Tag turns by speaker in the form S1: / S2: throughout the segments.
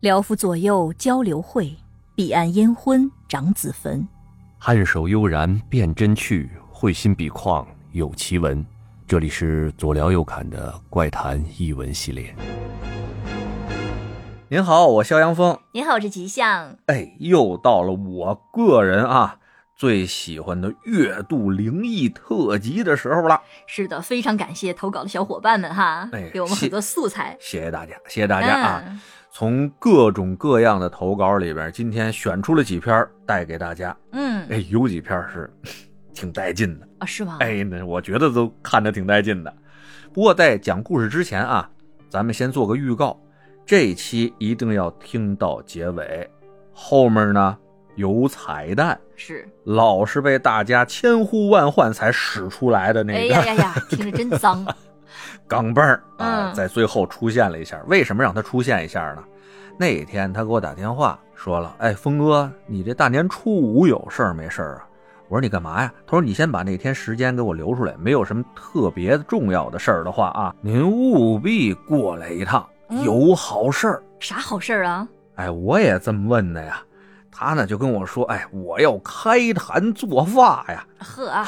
S1: 辽府左右交流会，彼岸烟婚长子坟。
S2: 颔首悠然辨真趣，会心笔况有奇文。这里是左聊右侃的怪谈译文系列。
S3: 您好，我肖阳峰。
S1: 您好，我是吉祥。
S3: 哎，又到了我个人啊最喜欢的月度灵异特辑的时候了。
S1: 是的，非常感谢投稿的小伙伴们哈，
S3: 哎
S1: 给我们很多素材。
S3: 谢谢大家，谢谢大家啊！
S1: 嗯，
S3: 从各种各样的投稿里边，今天选出了几篇儿带给大家。
S1: 嗯，
S3: 哎，有几篇儿是 挺带劲的。
S1: 啊，是吗？，
S3: 哎，那我觉得都看着挺带劲的。不过在讲故事之前啊，咱们先做个预告，这一期一定要听到结尾，后面呢有彩蛋，
S1: 是。
S3: 老是被大家千呼万唤才使出来的
S1: 哎
S3: 那
S1: 呀
S3: 个
S1: 呀呀， 听着真脏。
S3: 钢镚儿啊，
S1: 嗯
S3: 在最后出现了一下。为什么让他出现一下呢？那天他给我打电话说了：“哎，峰哥，你这大年初五有事儿没事儿啊？”我说：“你干嘛呀？”他说：“你先把那天时间给我留出来，没有什么特别重要的事儿的话啊，您务必过来一趟，
S1: 嗯
S3: 有好事儿。
S1: 啥好事儿啊？
S3: 哎，我也这么问的呀。他呢就跟我说：“哎，我要开坛做法呀。”
S1: 呵啊，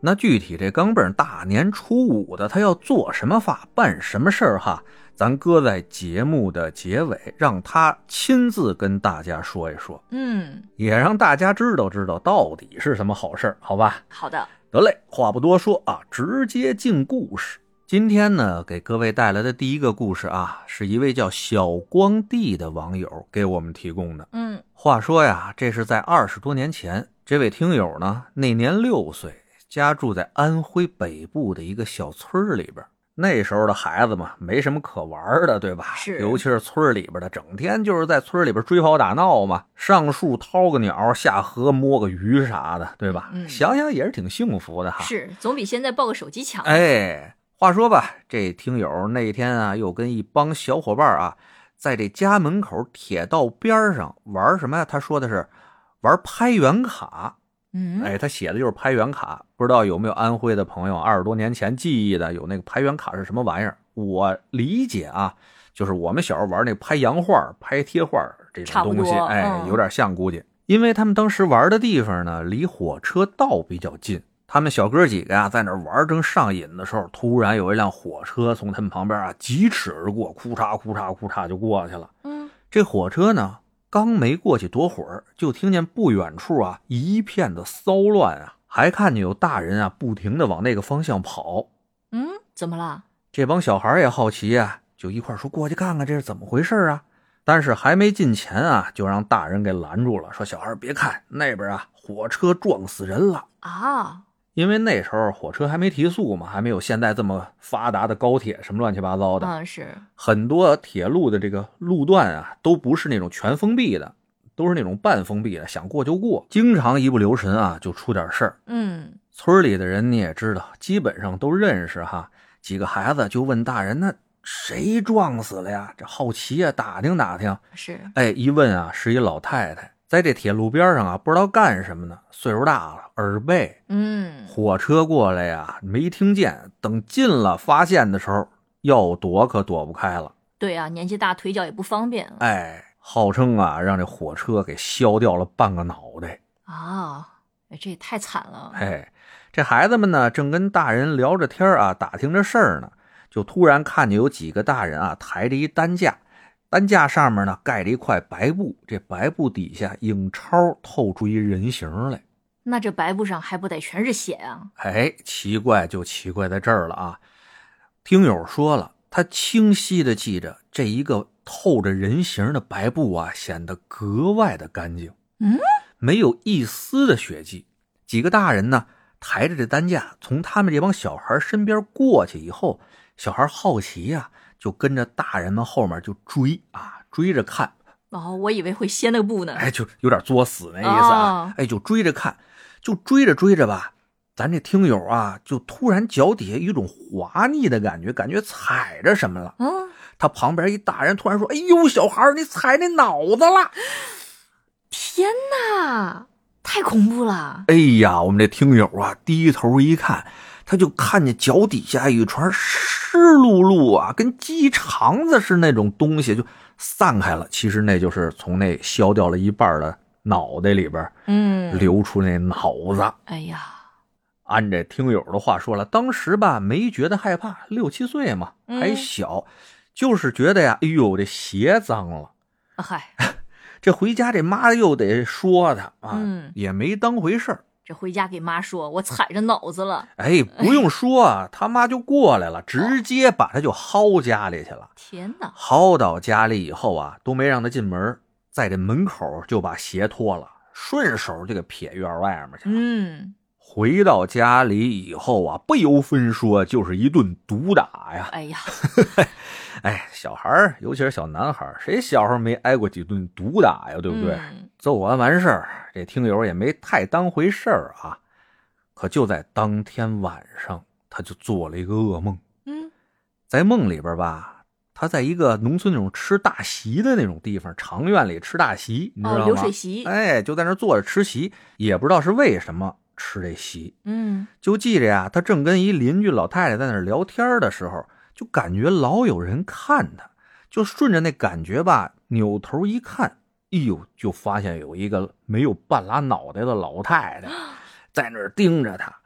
S3: 那具体这钢镚儿大年初五的，他要做什么法、办什么事儿哈，咱搁在节目的结尾，让他亲自跟大家说一说，
S1: 嗯，
S3: 也让大家知道知道到底是什么好事儿，好吧？
S1: 好的，
S3: 得嘞，话不多说啊，直接进故事。今天呢，给各位带来的第一个故事啊，是一位叫小光弟的网友给我们提供的。
S1: 嗯，
S3: 话说呀，这是在二十多年前，这位听友呢，那年六岁，家住在安徽北部的一个小村儿里边儿。那时候的孩子嘛，没什么可玩儿的，对吧？
S1: 是
S3: 尤其是村儿里边的，整天就是在村儿里边追跑打闹嘛，上树掏个鸟，下河摸个鱼啥的，对吧？
S1: 嗯
S3: 想想也是挺幸福的哈。
S1: 是总比现在抱个手机强。
S3: 啊哎，话说吧，这听友那天啊，又跟一帮小伙伴啊，在这家门口铁道边儿上玩什么呀？他说的是玩拍圆卡。
S1: 嗯，
S3: 哎，他写的就是拍圆卡，不知道有没有安徽的朋友，二十多年前记忆的有那个拍圆卡是什么玩意儿？我理解啊，就是我们小时候玩那拍洋画、拍贴画这
S1: 差
S3: 种
S1: 不
S3: 东西，
S1: 多
S3: 哎
S1: 嗯，
S3: 有点像估计。因为他们当时玩的地方呢，离火车道比较近。他们小哥几个呀、啊在那玩正上瘾的时候，突然有一辆火车从他们旁边啊疾驰而过，库嚓库嚓库嚓就过去了。
S1: 嗯，
S3: 这火车呢，刚没过去多会儿，就听见不远处啊一片的骚乱啊，还看见有大人啊不停的往那个方向跑。
S1: 嗯，怎么了？
S3: 这帮小孩也好奇啊，就一块儿说过去看看这是怎么回事啊。但是还没进前啊，就让大人给拦住了，说小孩别看那边啊，火车撞死人了。
S1: 啊，
S3: 因为那时候火车还没提速嘛，还没有现在这么发达的高铁什么乱七八糟的。
S1: 嗯，是，
S3: 很多铁路的这个路段啊，都不是那种全封闭的，都是那种半封闭的，想过就过，经常一不留神啊就出点事儿。
S1: 嗯，
S3: 村里的人你也知道，基本上都认识哈。几个孩子就问大人：“那谁撞死了呀？”这好奇啊，打听打听。
S1: 是，
S3: 哎，一问啊，是一老太太，在这铁路边上啊，不知道干什么呢，岁数大了，耳背，
S1: 嗯，
S3: 火车过来呀、没听见。等近了发现的时候，要躲可躲不开了。
S1: 对啊，年纪大腿脚也不方便啊。
S3: 哎，号称啊让这火车给削掉了半个脑袋。
S4: 哦
S1: 啊，哎这也太惨了。
S3: 哎，这孩子们呢正跟大人聊着天儿啊，打听着事儿呢，就突然看见有几个大人啊抬着一担架，担架上面呢盖着一块白布，这白布底下影超透出一人形来。
S1: 那这白布上还不得全是血啊？
S3: 哎，奇怪就奇怪在这儿了啊！听友说了，他清晰的记着这一个透着人形的白布啊，显得格外的干净，
S1: 嗯，
S3: 没有一丝的血迹。几个大人呢，抬着这担架从他们这帮小孩身边过去以后，小孩好奇呀、就跟着大人们后面就追啊，追着看，
S1: 哦，我以为会掀那个布呢。
S3: 哎，就有点作死那意思啊
S1: 哦，
S3: 哎，就追着看，就追着追着吧，咱这听友啊，就突然脚底下有一种滑腻的感觉，感觉踩着什么了。
S1: 嗯，
S3: 他旁边一大人突然说：“哎呦，小孩儿，你踩那脑子了
S1: 天哪，太恐怖了！”！
S3: 哎呀，我们这听友啊，低头一看，他就看见脚底下有一串湿漉漉啊，跟鸡肠子似的那种东西，就散开了，其实那就是从那削掉了一半的脑袋里边
S4: 嗯，
S3: 流出那脑子。
S4: 哎呀，
S3: 按这听友的话说了，当时吧没觉得害怕，六七岁嘛，
S4: 嗯
S3: 还小，就是觉得呀，哎呦，这鞋脏了，
S4: 嗨，
S3: 这回家这妈又得说他啊，
S4: 嗯
S3: 也没当回事儿。
S4: 这回家给妈说，我踩着脑子了，
S3: 哎，不用说啊，他妈就过来了，
S4: 哦
S3: 直接把他就薅家里去了。
S4: 天哪，
S3: 薅到家里以后啊，都没让他进门，在这门口就把鞋脱了，顺手就给撇院外面去了。
S4: 嗯，
S3: 回到家里以后啊，不由分说就是一顿毒打呀！
S4: 哎呀，
S3: 哎，小孩儿，尤其是小男孩儿，谁小时候没挨过几顿毒打呀？对不对？
S4: 嗯
S3: 揍完完事儿，这听友也没太当回事儿啊。可就在当天晚上，他就做了一个噩梦，
S4: 嗯，
S3: 在梦里边吧，他在一个农村那种吃大席的那种地方，长院里吃大席，你知道吗？
S4: 哦，流水席，
S3: 哎，就在那儿坐着吃席，也不知道是为什么吃这席。
S4: 嗯，
S3: 就记着呀，他正跟一邻居老太太在那儿聊天的时候，就感觉老有人看他，就顺着那感觉吧，扭头一看，哎呦，就发现有一个没有半拉脑袋的老太太 在那儿盯着他。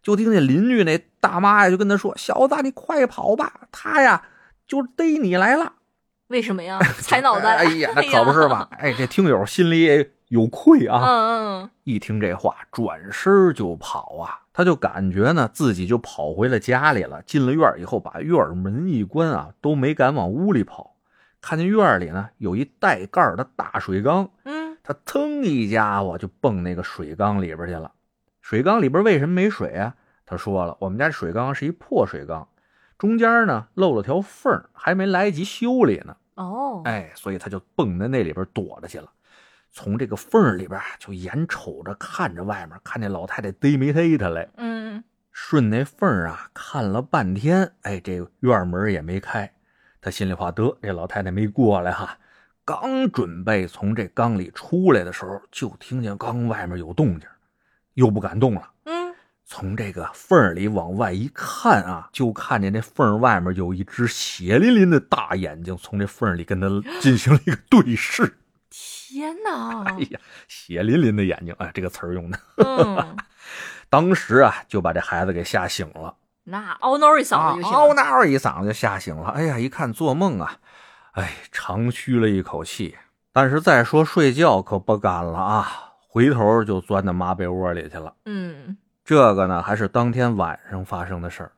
S3: 就听见邻居那大妈呀，就跟他说：“小子，你快跑吧，他呀就逮你来了。
S4: 为什么 呀？踩脑袋，
S3: 哎呀， 那可不是吧？哎，这听友心里也有愧啊。
S4: 嗯嗯
S3: 一听这话，转身就跑啊！他就感觉呢，自己就跑回了家里了。进了院儿以后，把院儿门一关啊，都没敢往屋里跑。看见院儿里呢，有一带盖儿的大水缸，
S4: 嗯，
S3: 他腾一家伙就蹦那个水缸里边去了。水缸里边为什么没水啊？他说了，我们家水缸是一破水缸，中间呢漏了条缝儿，还没来得及修理呢。
S4: 哦，
S3: 哎，所以他就蹦在那里边躲着去了。从这个缝儿里边啊就眼瞅着看着外面，看见老太太逮没逮他来，
S4: 嗯，
S3: 顺那缝儿啊看了半天，哎，这院门也没开。他心里话得，这老太太没过来哈。刚准备从这缸里出来的时候，就听见缸外面有动静，又不敢动了。
S4: 嗯，
S3: 从这个缝儿里往外一看啊，就看见这缝儿外面有一只血淋淋的大眼睛从这缝儿 里跟他进行了一个对视。
S4: 天哪，
S3: 哎呀，血淋淋的眼睛，哎，这个词儿用的。
S4: 嗯，
S3: 当时啊，就把这孩子给吓醒了，
S4: 那嗷嗷一嗓
S3: 啊
S4: 子就行了
S3: 嗷嗷一嗓子就吓醒了。哎呀，一看做梦啊，哎，长吁了一口气。但是再说睡觉可不敢了啊，回头就钻到妈被窝里去了。
S4: 嗯，
S3: 这个呢，还是当天晚上发生的事儿。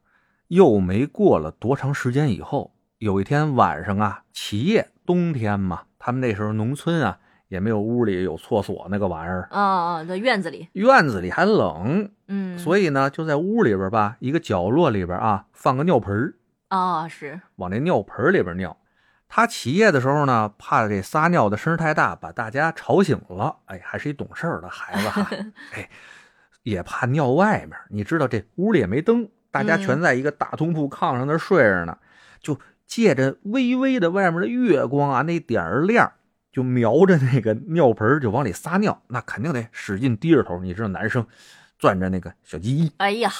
S3: 又没过了多长时间以后，有一天晚上啊，起夜，冬天嘛，他们那时候农村啊，也没有屋里有厕所那个玩意儿，
S4: 啊啊，在院子里，
S3: 院子里还冷，
S4: 嗯，
S3: 所
S4: 以
S3: 以呢，就在屋里边吧，一个角落里边啊，放个尿盆儿，
S4: 啊是，
S3: 往那尿盆儿里边尿。他起夜的时候呢，怕这撒尿的声儿太大，把大家吵醒了。哎，还是一懂事儿的孩子哈，哎，也怕尿外面。你知道这屋里也没灯，大家
S4: 嗯
S3: 全在一个大通铺炕上那儿睡着呢，就借着微微的外面的月光啊，那点儿亮，就瞄着那个尿盆儿就往里撒尿，那肯定得使劲低着头。你知道男生攥着那个小鸡鸡，
S4: 哎呀，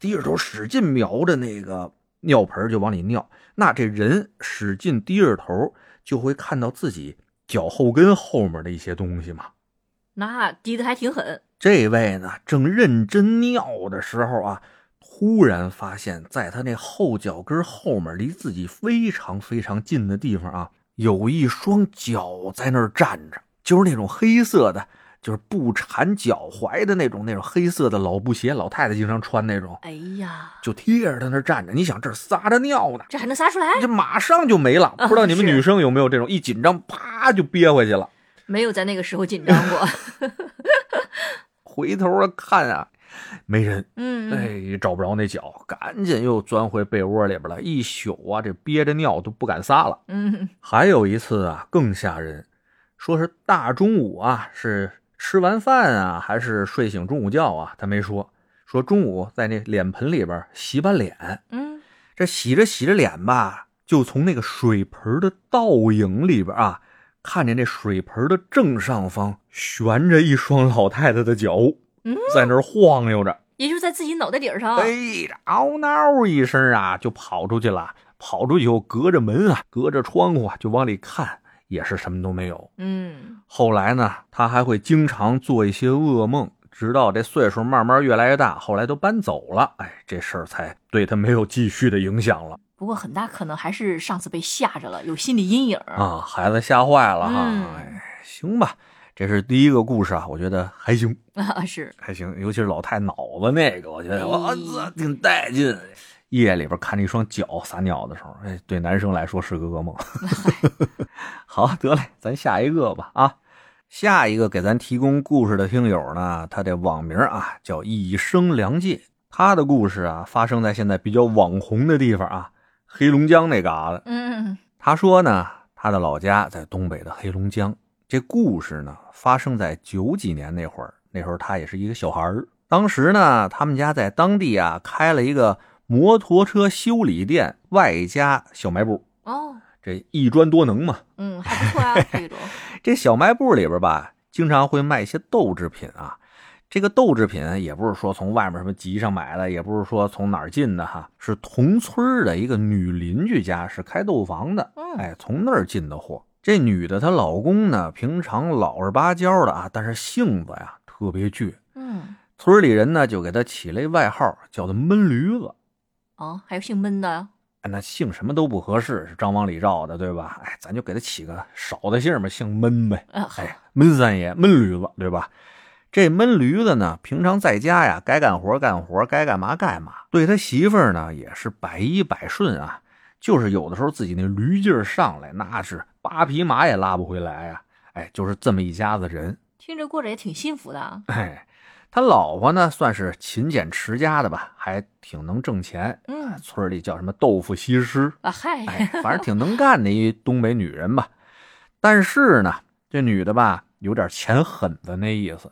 S3: 低着头使劲瞄着那个尿盆儿就往里尿，那这人使劲低着头，就会看到自己脚后跟后面的一些东西嘛。
S4: 那滴的还挺狠，
S3: 这位呢，正认真尿的时候啊，突然发现，在他那后脚跟后面，离自己非常非常近的地方啊，有一双脚在那儿站着，就是那种黑色的，就是不缠脚踝的那种，那种黑色的老布鞋，老太太经常穿那种。
S4: 哎呀，
S3: 就贴着他那儿站着。你想，这儿撒着尿呢，
S4: 这还能撒出来？
S3: 这马上就没了。
S4: 啊
S3: 不知道你们
S4: 是
S3: 女生有没有这种一紧张，啪就憋回去了。
S4: 没有在那个时候紧张过，
S3: 回头啊看啊，没人，
S4: 嗯，
S3: 哎，也找不着那脚，赶紧又钻回被窝里边了。一宿啊，这憋着尿都不敢撒了。
S4: 嗯，
S3: 还有一次啊，更吓人，说是大中午啊，是吃完饭啊，还是睡醒中午觉啊，他没说。说中午在那脸盆里边洗把脸，
S4: 嗯，
S3: 这洗着洗着脸吧，就从那个水盆的倒影里边啊，看见这水盆的正上方悬着一双老太太的脚，
S4: 嗯
S3: 在那儿晃悠着，哎
S4: 也就是在自己脑袋顶上，
S3: 啊哎，嗷闹一声啊，就跑出去了，跑出去以后，隔着门啊，隔着窗户啊，就往里看，也是什么都没有。
S4: 嗯，
S3: 后来呢，他还会经常做一些噩梦，直到这岁数慢慢越来越大，后来都搬走了，哎，这事儿才对他没有继续的影响了
S4: 不过很大可能还是上次被吓着了，有心理阴影。
S3: 啊，孩子吓坏了哈。
S4: 嗯
S3: 哎，行吧，这是第一个故事啊，我觉得还行，
S4: 啊， 是，
S3: 还行，尤其是老太脑子那个，我觉
S4: 哎
S3: 得我操挺带劲。夜里边看着一双脚撒尿的时候，哎，对男生来说是个噩梦。好，得嘞，咱下一个吧啊。下一个给咱提供故事的听友呢，他这网名啊叫一生良介，他的故事啊发生在现在比较网红的地方啊，黑龙江那嘎达。
S4: 嗯
S3: 他说呢，他的老家在东北的黑龙江。这故事呢，发生在九几年那会儿，那时候他也是一个小孩儿。当时呢，他们家在当地啊开了一个摩托车修理店，外加小卖部，
S4: 哦，
S3: 这一专多能嘛。
S4: 嗯，还不错 啊，这种，
S3: 这小卖部里边吧，经常会卖一些豆制品啊。这个豆制品也不是说从外面什么集上买的，也不是说从哪儿进的哈，是同村儿的一个女邻居家是开豆房的，
S4: 嗯
S3: 哎，从那儿进的货。这女的她老公呢，平常老实巴交的啊，但是性子呀特别倔，
S4: 嗯，
S3: 村里人呢就给她起了一外号，叫她闷驴子。
S4: 哦，还有姓闷的，
S3: 哎，那姓什么都不合适，是张王李赵的，对吧？哎，咱就给她起个少的姓儿吧，姓闷呗。
S4: 啊，好，
S3: 哎，闷三爷，闷驴子，对吧？这闷驴子呢，平常在家呀，该干活干活，该干嘛干嘛。对他媳妇儿呢，也是百依百顺啊。就是有的时候自己那驴劲儿上来，那是八匹马也拉不回来呀、哎，就是这么一家子人。
S4: 听着过着也挺幸福的啊，
S3: 哎，他老婆呢，算是勤俭持家的吧，还挺能挣钱。
S4: 嗯，
S3: 村里叫什么豆腐西施，
S4: 啊，嗨，
S3: 啊哎，反正挺能干的一东北女人吧。但是呢，这女的吧，有点钱狠的那意思，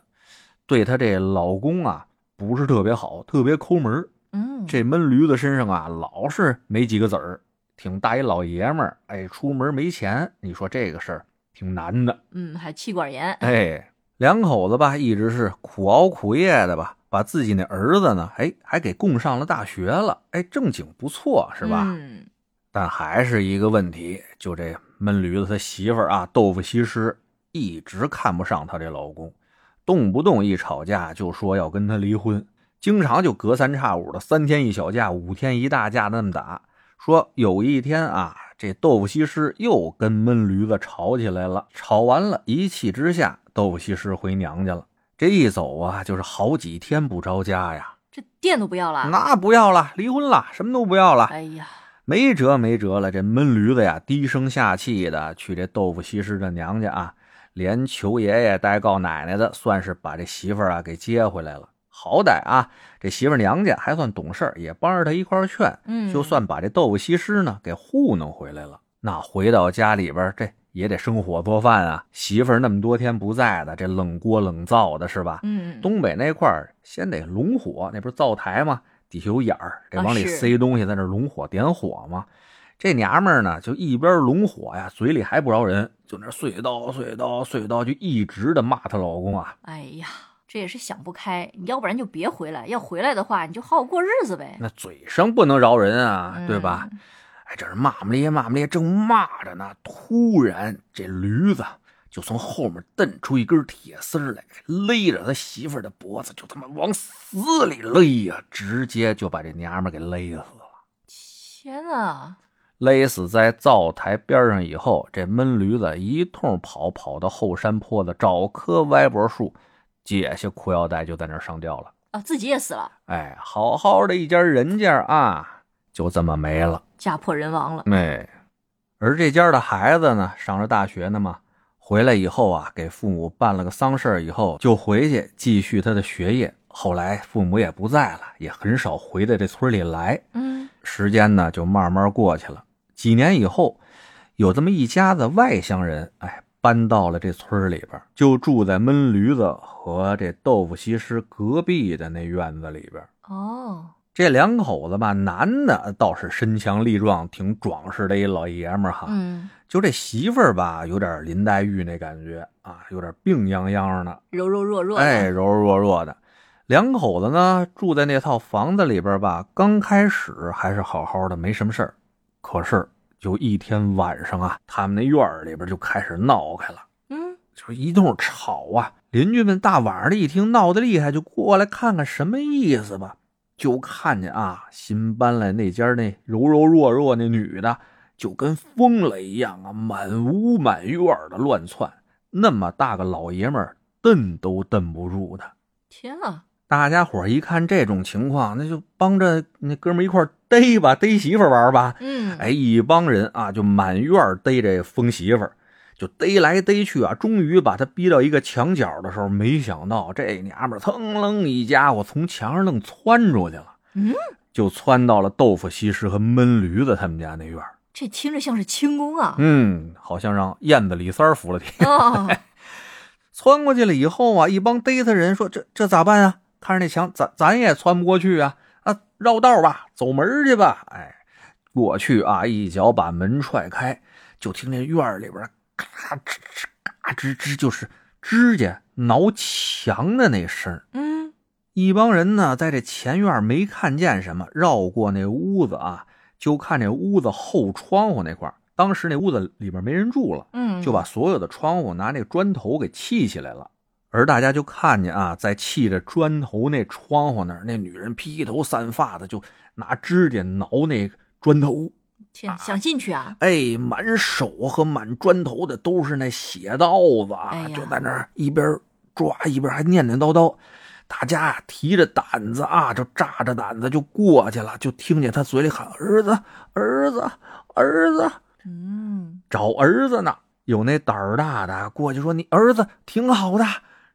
S3: 对她这老公啊不是特别好，特别抠门儿。
S4: 嗯，
S3: 这闷驴子身上啊，老是没几个子儿，挺大一老爷们儿。哎，出门没钱，你说这个事儿挺难的。
S4: 嗯，还气管炎，
S3: 哎，两口子吧，一直是苦熬苦夜的吧，把自己那儿子呢，哎，还给供上了大学了。哎，正经不错，是吧？
S4: 嗯，
S3: 但还是一个问题，就这闷驴子他媳妇儿啊，豆腐西施一直看不上她这老公，动不动一吵架就说要跟他离婚，经常就隔三差五的三天一小架，五天一大架那么打。说有一天啊，这豆腐西施又跟闷驴子吵起来了，吵完了，一气之下，豆腐西施回娘家了。这一走啊，就是好几天不着家呀。
S4: 这店都不要了，
S3: 那不要了，离婚了，什么都不要了。
S4: 哎呀，
S3: 没辙没辙了，这闷驴子呀，低声下气的去这豆腐西施的娘家啊，连求爷爷带告奶奶的，算是把这媳妇儿啊给接回来了。好歹啊，这媳妇儿娘家还算懂事儿，也帮着他一块儿劝，
S4: 嗯，
S3: 就算把这豆腐西施呢给糊弄回来了。那回到家里边儿，这也得生火做饭啊。媳妇儿那么多天不在的，这冷锅冷灶的是吧？
S4: 嗯，
S3: 东北那块儿先得拢火，那不是灶台吗？底下有眼儿，得往里
S4: 啊是
S3: 塞东西，在那儿拢火点火嘛。这娘们儿呢，就一边拢火呀，嘴里还不饶人，就那儿碎叨碎叨碎叨，就一直的骂她老公啊。
S4: 哎呀，这也是想不开，你要不然就别回来，要回来的话，你就好好过日子呗，
S3: 那嘴上不能饶人啊，对吧？
S4: 嗯？
S3: 哎，这是骂骂咧咧骂骂咧咧，正骂着呢，突然这驴子就从后面蹬出一根铁丝儿来，勒着他媳妇儿的脖子，就他妈往死里勒呀、直接就把这娘们儿给勒死了。
S4: 天哪，
S3: 勒死在灶台边上以后，这闷驴子一通跑，跑到后山坡子找棵歪脖树，解下裤腰带就在那儿上吊了。
S4: 啊，自己也死了，
S3: 哎，好好的一家人家啊，就这么没了。
S4: 家破人亡了，
S3: 哎，而这家的孩子呢，上着大学呢嘛，回来以后啊，给父母办了个丧事儿以后，就回去继续他的学业。后来父母也不在了，也很少回到这村里来。
S4: 嗯，
S3: 时间呢就慢慢过去了。几年以后，有这么一家子外乡人，哎，搬到了这村儿里边儿，就住在闷驴子和这豆腐西施隔壁的那院子里边儿。
S4: 哦，
S3: 这两口子吧，男的倒是身强力壮，挺壮实的一老爷们儿哈。
S4: 嗯，
S3: 就这媳妇儿吧，有点林黛玉那感觉啊，有点病殃殃的。
S4: 柔柔弱弱的，
S3: 哎，柔柔弱弱的。两口子呢，住在那套房子里边吧，刚开始还是好好的，没什么事儿。可是就一天晚上啊，他们那院儿里边就开始闹开了，
S4: 嗯，
S3: 就是一通吵啊。邻居们大晚上的一听闹得厉害，就过来看看什么意思吧。就看见啊，新搬来那家那柔柔弱弱那女的，就跟疯了一样啊，满屋满院儿的乱窜，那么大个老爷们儿蹬都蹬不住她。
S4: 天啊，
S3: 大家伙儿一看这种情况，那就帮着那哥们儿一块儿逮吧，逮媳妇儿玩儿吧。
S4: 嗯，
S3: 哎，，一帮人啊，就满院儿逮这疯媳妇儿，就逮来逮去啊，终于把她逼到一个墙角的时候，没想到这娘们儿噌楞一家伙从墙上愣窜出去了，
S4: 嗯，
S3: 就窜到了豆腐西施和闷驴子他们家那院儿，
S4: 这听着像是轻功啊。
S3: 嗯，好像让燕子李三儿服了体。
S4: 哦，
S3: 窜过去了以后啊，一帮逮他人说：“这这咋办啊？看着那墙，咱咱也窜不过去啊！啊，绕道吧，走门儿去吧！”哎，过去啊，一脚把门踹开，就听见院儿里边嘎吱吱嘎吱吱，就是指甲挠墙的那声儿。
S4: 嗯，
S3: 一帮人呢，在这前院没看见什么，绕过那屋子啊，就看这屋子后窗户那块儿。当时那屋子里边没人住了。
S4: 嗯，
S3: 就把所有的窗户拿那砖头给砌起来了。而大家就看见啊，在砌着砖头那窗户那儿，那女人披头散发的，就拿指甲挠那砖头，
S4: 天想进去啊，
S3: 哎，满手和满砖头的都是那血道子啊，
S4: 哎呀
S3: 就在那儿一边抓一边还念念叨叨。大家提着胆子啊，就炸着胆子就过去了，就听见他嘴里喊：“儿子，儿子，儿子。”
S4: 嗯，
S3: 找儿子呢。有那胆儿大的过去说：“你儿子挺好的，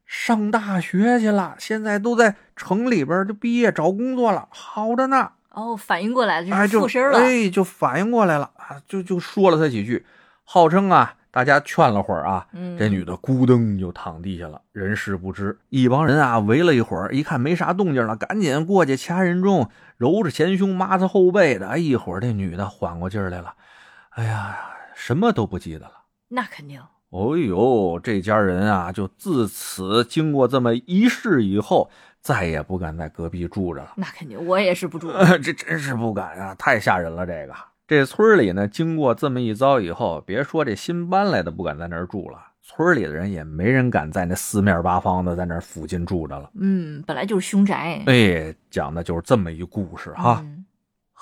S3: 上大学去了，现在都在城里边儿就毕业找工作了，好着呢。
S4: 哦，反应过来”
S3: 哎，
S4: 了，就是
S3: 就
S4: 附身了，
S3: 哎，就反应过来了啊，就就说了他几句，号称啊，大家劝了会儿啊，
S4: 嗯，
S3: 这女的咕噔就躺地下了，人事不知。一帮人啊围了一会儿，一看没啥动静了，赶紧过去掐人中，揉着前胸，抹擦后背的。哎，一会儿这女的缓过劲儿来了，哎呀，什么都不记得了。
S4: 那肯定，
S3: 哦呦，这家人啊，就自此经过这么一事以后，再也不敢在隔壁住着了。
S4: 那肯定，我也是不住，
S3: 这真是不敢啊，太吓人了！这个这村里呢，经过这么一遭以后，别说这新搬来的不敢在那儿住了，村里的人也没人敢在那四面八方的在那附近住着了。
S4: 嗯，本来就是凶宅，
S3: 哎，啊讲的就是这么一故事哈。
S4: 嗯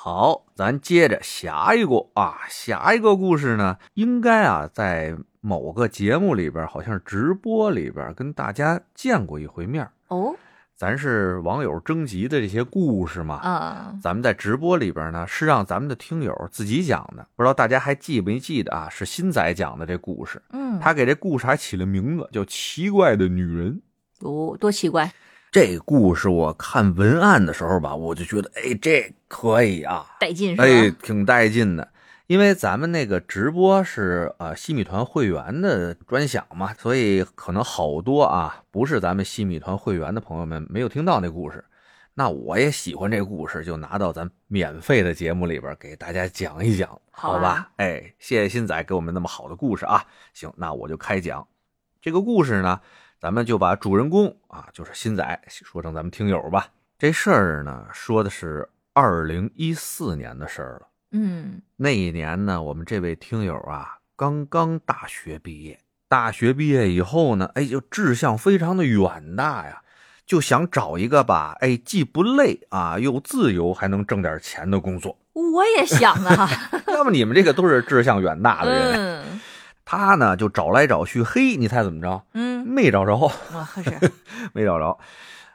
S3: 好，咱接着下一个啊，下一个故事呢，应该啊在某个节目里边，好像是直播里边跟大家见过一回面儿。
S4: 哦，
S3: 咱是网友征集的这些故事嘛，
S4: 啊，
S3: 咱们在直播里边呢是让咱们的听友自己讲的，不知道大家还记没记得啊？是新仔讲的这故事，
S4: 嗯，
S3: 他给这故事还起了名字叫《奇怪的女人》。
S4: 哦，多奇怪，
S3: 这故事我看文案的时候吧，我就觉得，哎，这可以啊，
S4: 带劲是吧？
S3: 哎，挺带劲的。因为咱们那个直播是呃西米团会员的专享嘛，所以可能好多啊不是咱们西米团会员的朋友们没有听到那故事。那我也喜欢这故事，就拿到咱免费的节目里边给大家讲一讲，
S4: 好啊
S3: 好吧？哎，谢谢新仔给我们那么好的故事啊！行，那我就开讲这个故事呢，咱们就把主人公啊，就是新仔说成咱们听友吧。这事儿呢，说的是二零一四年的事儿了。
S4: 嗯，
S3: 那一年呢，我们这位听友啊，刚刚大学毕业。大学毕业以后呢，哎，就志向非常的远大呀，就想找一个吧，哎，既不累啊，又自由，还能挣点钱的工作。
S4: 我也想啊，
S3: 要么你们这个都是志向远 大的人，
S4: 嗯
S3: 他呢就找来找去，嘿，你猜怎么着？
S4: 嗯，
S3: 没找着，
S4: 我可是，
S3: 没找着。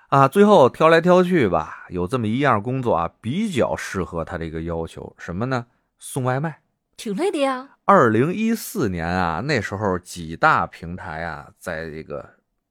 S3: 啊，最后挑来挑去吧，有这么一样工作啊，比较适合他这个要求，什么呢？送外卖。
S4: 挺累的呀，
S3: 二零一四年啊，那时候几大平台啊，在这个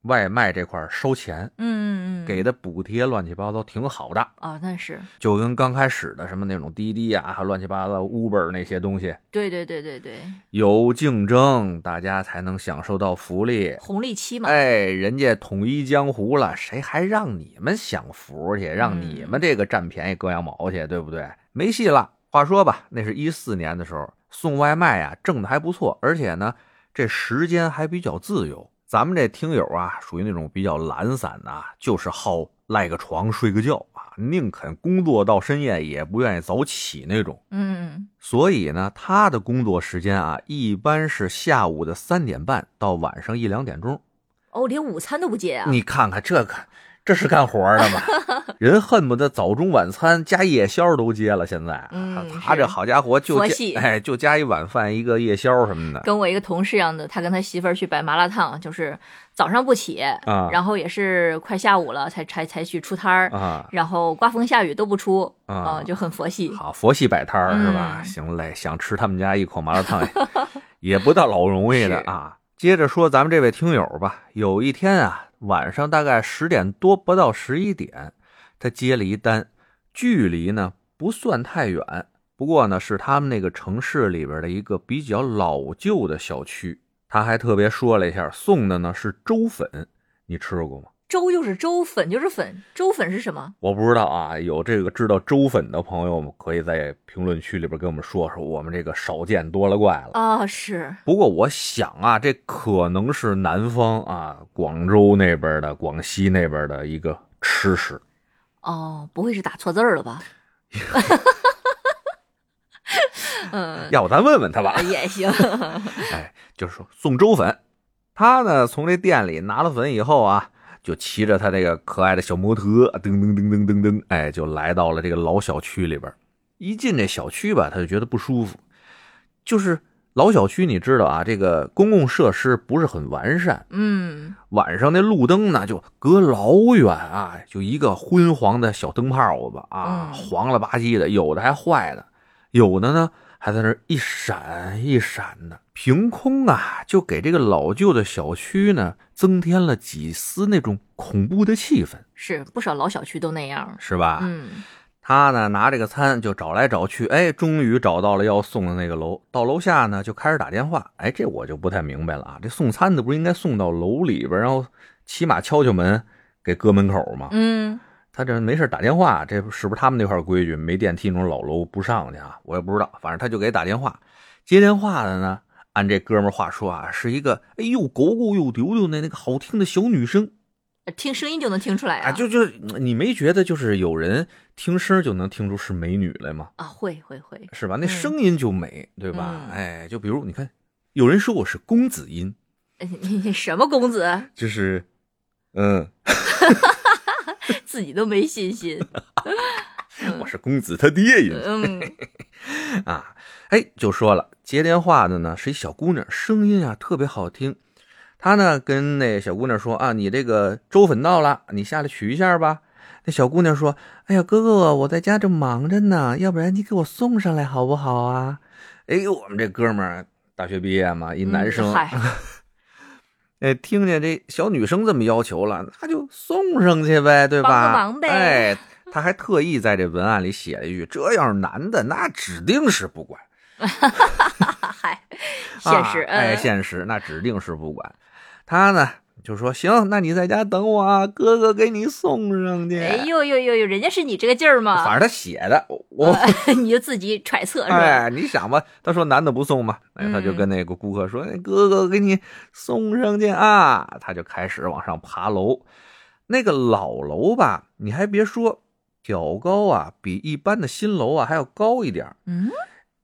S3: 外卖这块儿收钱，
S4: 嗯嗯，
S3: 给的补贴乱七八糟，挺好的，
S4: 啊，那是，
S3: 就跟刚开始的什么那种滴滴啊，还有乱七八糟 Uber 那些东西
S4: 对对对对对，
S3: 有竞争，大家才能享受到福利。
S4: 红利期嘛，
S3: 哎，人家统一江湖了，谁还让你们享福去？让你们这个占便宜割羊毛去，对不对？没戏了。话说吧，那是一四年的时候，送外卖啊，挣的还不错，而且呢，这时间还比较自由。咱们这听友啊，属于那种比较懒散的啊，就是好赖个床睡个觉啊，宁肯工作到深夜，也不愿意早起那种。
S4: 嗯
S3: 所以呢，他的工作时间啊，一般是下午的三点半到晚上一两点钟。
S4: 哦，连午餐都不接啊？
S3: 你看看这个，这是干活的 吗？人恨不得早中晚餐加夜宵都接了，现在啊、
S4: 嗯
S3: 他这
S4: 是
S3: 好家伙就
S4: 佛
S3: 加
S4: 系
S3: 哎就加一晚饭一个夜宵什么的。
S4: 跟我一个同事一样的，他跟他媳妇儿去摆麻辣烫，就是早上不起，
S3: 啊
S4: 然后也是快下午了才才才去出摊儿，
S3: 啊
S4: 然后刮风下雨都不出，
S3: 啊
S4: 就很佛系。
S3: 好，佛系摆摊儿是吧？
S4: 嗯
S3: 行嘞，想吃他们家一口麻辣烫也也不大老容易的
S4: 是
S3: 啊。接着说咱们这位听友吧，有一天啊，晚上大概十点多不到十一点，他接了一单，距离呢不算太远，不过呢是他们那个城市里边的一个比较老旧的小区。他还特别说了一下，送的呢是粥粉，你吃过吗？
S4: 粥就是粥，粉就是粉，粥粉是什么？
S3: 我不知道啊，有这个知道粥粉的朋友，可以在评论区里边跟我们说说，我们这个少见多了怪了。
S4: 啊、是
S3: 不过我想啊，这可能是南方啊，广州那边的、广西那边的一个吃食。
S4: 哦，不会是打错字儿了吧？嗯，
S3: 要不咱问问他吧？
S4: 也行。
S3: 哎，就是说送粥粉，他呢从这店里拿了粉以后啊，就骑着他这个可爱的小摩托，噔噔噔噔噔噔，哎，就来到了这个老小区里边。一进这小区吧，他就觉得不舒服，就是老小区，你知道啊，这个公共设施不是很完善，
S4: 嗯，
S3: 晚上那路灯呢就隔老远啊，就一个昏黄的小灯泡子啊，
S4: 嗯
S3: 黄了吧唧的，有的还坏的，有的呢还在那儿一闪一闪的，凭空啊就给这个老旧的小区呢增添了几丝那种恐怖的气氛，
S4: 是不少老小区都那样。
S3: 是吧？
S4: 嗯，
S3: 他呢拿这个餐就找来找去，哎，终于找到了要送的那个楼。到楼下呢就开始打电话，哎，这我就不太明白了啊，这送餐的不是应该送到楼里边，然后骑马敲敲门给搁门口吗？
S4: 嗯，
S3: 他这没事打电话，这是不是他们那块规矩？没电梯那种老楼不上去啊？我也不知道，反正他就给打电话。接电话的呢，按这哥们儿话说啊，是一个哎呦狗狗又丢丢的那个好听的小女生。
S4: 听声音就能听出来
S3: 啊，就就你没觉得就是有人听声儿就能听出是美女来吗？
S4: 啊，会会会，
S3: 是吧？那
S4: 嗯
S3: 声音就美，对吧？
S4: 嗯
S3: 哎，就比如你看，有人说我是公子音，
S4: 哎你你什么公子，
S3: 就是，嗯，
S4: 自己都没信 心。
S3: 我是公子他爹音
S4: 嗯，
S3: 啊。哎，就说了，接电话的呢是一小姑娘，声音啊特别好听。她呢跟那小姑娘说啊，你这个粥粉到了，你下来取一下吧。那小姑娘说：“哎呀，哥哥，我在家正忙着呢，要不然你给我送上来好不好啊？”哎呦，我们这哥们儿大学毕业嘛，一男生，啊
S4: 嗯嗨，
S3: 哎，听见这小女生这么要求了，那就送上去呗，对
S4: 帮
S3: 吧？
S4: 个忙呗
S3: 哎，他还特意在这文案里写了一句：“这要是男的，那指定是不管。
S4: 嗨，
S3: 啊
S4: 现”实，
S3: 哎，
S4: 嗯
S3: 现实，那指定是不管。他呢就说：“行，那你在家等我啊，哥哥给你送上去。
S4: 哎呦呦呦呦，人家是你这个劲儿
S3: 反
S4: 吗？
S3: 正他写的，我、
S4: 你就自己揣测是吧？
S3: 哎，你想吧，他说男的不送嘛，哎，他就
S4: 嗯
S3: 跟那个顾客说：“那哥哥给你送上去啊。”他就开始往上爬楼。那个老楼吧，你还别说，挑高啊，比一般的新楼啊还要高一点儿。
S4: 嗯，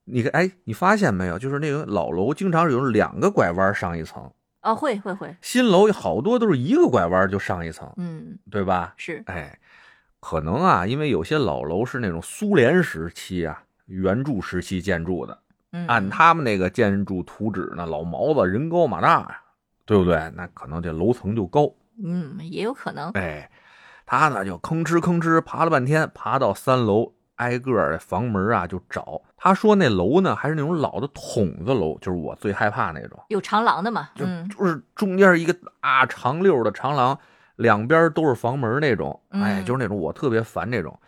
S3: 你看，哎，你发现没有？就是那个老楼经常有两个拐弯上一层，
S4: 哦，会会会，
S3: 新楼有好多都是一个拐弯就上一层，
S4: 嗯，
S3: 对吧？
S4: 是，
S3: 哎，可能啊，因为有些老楼是那种苏联时期啊援助时期建筑的。
S4: 嗯，
S3: 按他啊们那个建筑图纸呢，老毛子人高马大呀，对不对？那可能这楼层就高。
S4: 嗯，也有可能，
S3: 哎，他呢就吭哧吭哧爬了半天，爬到三楼，挨个儿房门啊就找。他说那楼呢还是那种老的筒子楼，就是我最害怕那种，
S4: 有长廊的嘛，
S3: 就、
S4: 嗯，
S3: 就是中间一个大长溜的长廊，两边都是房门那种。哎，
S4: 嗯
S3: 就是那种我特别烦这种。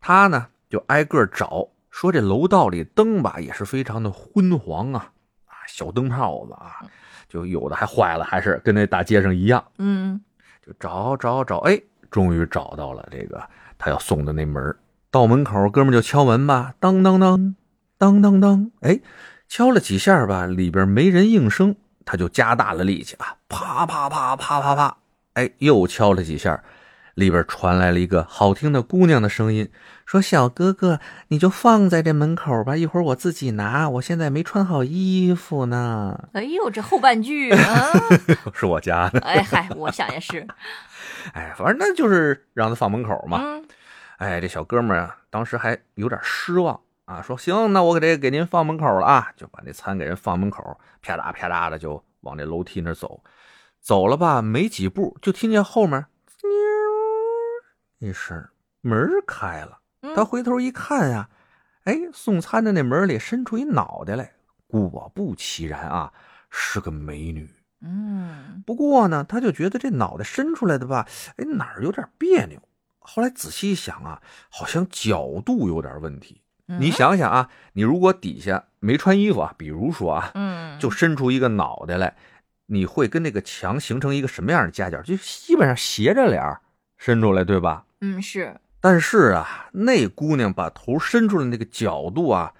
S3: 他呢就挨个儿找，说这楼道里灯吧也是非常的昏黄啊，啊，小灯泡子啊，就有的还坏了，还是跟那大街上一样，
S4: 嗯，
S3: 就找找找，哎，终于找到了这个他要送的那门儿。到门口，哥们儿就敲门吧，当当当，当当当，哎，敲了几下吧，里边没人应声，他就加大了力气啊，啪啪啪啪啪啪，哎，又敲了几下，里边传来了一个好听的姑娘的声音，说：“小哥哥，你就放在这门口吧，一会儿我自己拿。我现在没穿好衣服呢，
S4: 哎呦，这后半句啊，
S3: 是我家的。
S4: 哎嗨，我想也 是，
S3: 哎，反正那就是让他放门口嘛。
S4: 嗯，
S3: 哎，这小哥们儿啊，当时还有点失望啊，说行，那我给这给您放门口了啊，就把这餐给人放门口，啪嗒啪嗒的就往这楼梯那儿走。走了吧，没几步就听见后面妞儿一声，门儿开
S4: 嗯
S3: 了。他回头一看呀、哎，送餐的那门里伸出一脑袋来，果不其然啊，是个美女。
S4: 嗯
S3: 不过呢，他就觉得这脑袋伸出来的吧，哎，哪儿有点别扭。后来仔细一想啊，好像角度有点问题。
S4: 嗯
S3: 你想想啊，你如果底下没穿衣服啊，比如说啊，
S4: 嗯，
S3: 就伸出一个脑袋来，你会跟那个墙形成一个什么样的夹角？就基本上斜着脸儿伸出来，对吧？
S4: 嗯是，
S3: 但是啊，那姑娘把头伸出来那个角度啊，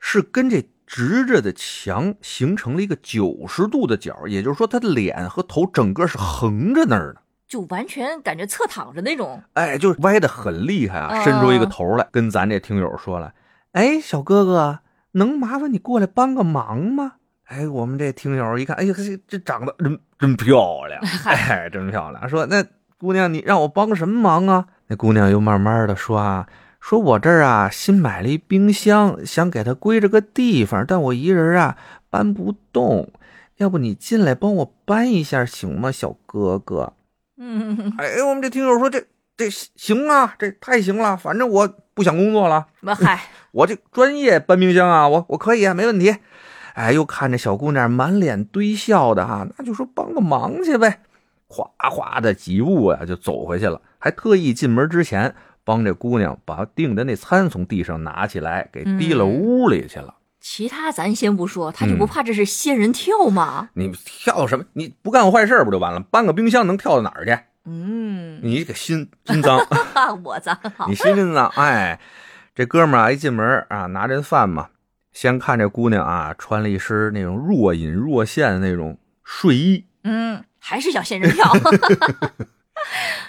S3: 是跟这直着的墙形成了一个九十度的角，也就是说，她的脸和头整个是横着那儿的，
S4: 就完全感觉侧躺着那 种，
S3: 哎，就是歪的很厉害
S4: 嗯
S3: 啊，伸出一个头来，跟咱这听友说了，哎，小哥哥，能麻烦你过来帮个忙吗？哎，我们这听友一看，哎呀，这这长得真真漂亮，哎，真漂亮。说那姑娘，你让我帮个什么忙啊？那姑娘又慢慢的说啊，说我这儿啊新买了一冰箱，想给它归着个地方，但我一人啊搬不动，要不你进来帮我搬一下行吗，小哥哥？
S4: 嗯，
S3: 哎，我们这听友说这这行啊，这太行了，反正我不想工作了，
S4: 那嗯嗨，
S3: 我这专业搬冰箱啊，我我可以啊，没问题。哎，又看着小姑娘满脸堆笑的啊，那就说帮个忙去呗，哗哗的几步啊就走回去了，还特意进门之前帮这姑娘把订的那餐从地上拿起来，给提了屋里去了。
S4: 其他咱先不说，他就不
S3: 嗯
S4: 怕这是仙人跳吗？
S3: 你跳什么？你不干坏事儿不就完了？搬个冰箱能跳到哪儿去？
S4: 嗯，
S3: 你个心真脏。
S4: 哈，我咱好
S3: 你，心里呢？哎，这哥们儿啊，一进门啊，拿着饭嘛，先看这姑娘啊，穿了一身那种若隐若现的那种睡衣，
S4: 嗯，还是叫仙人 跳，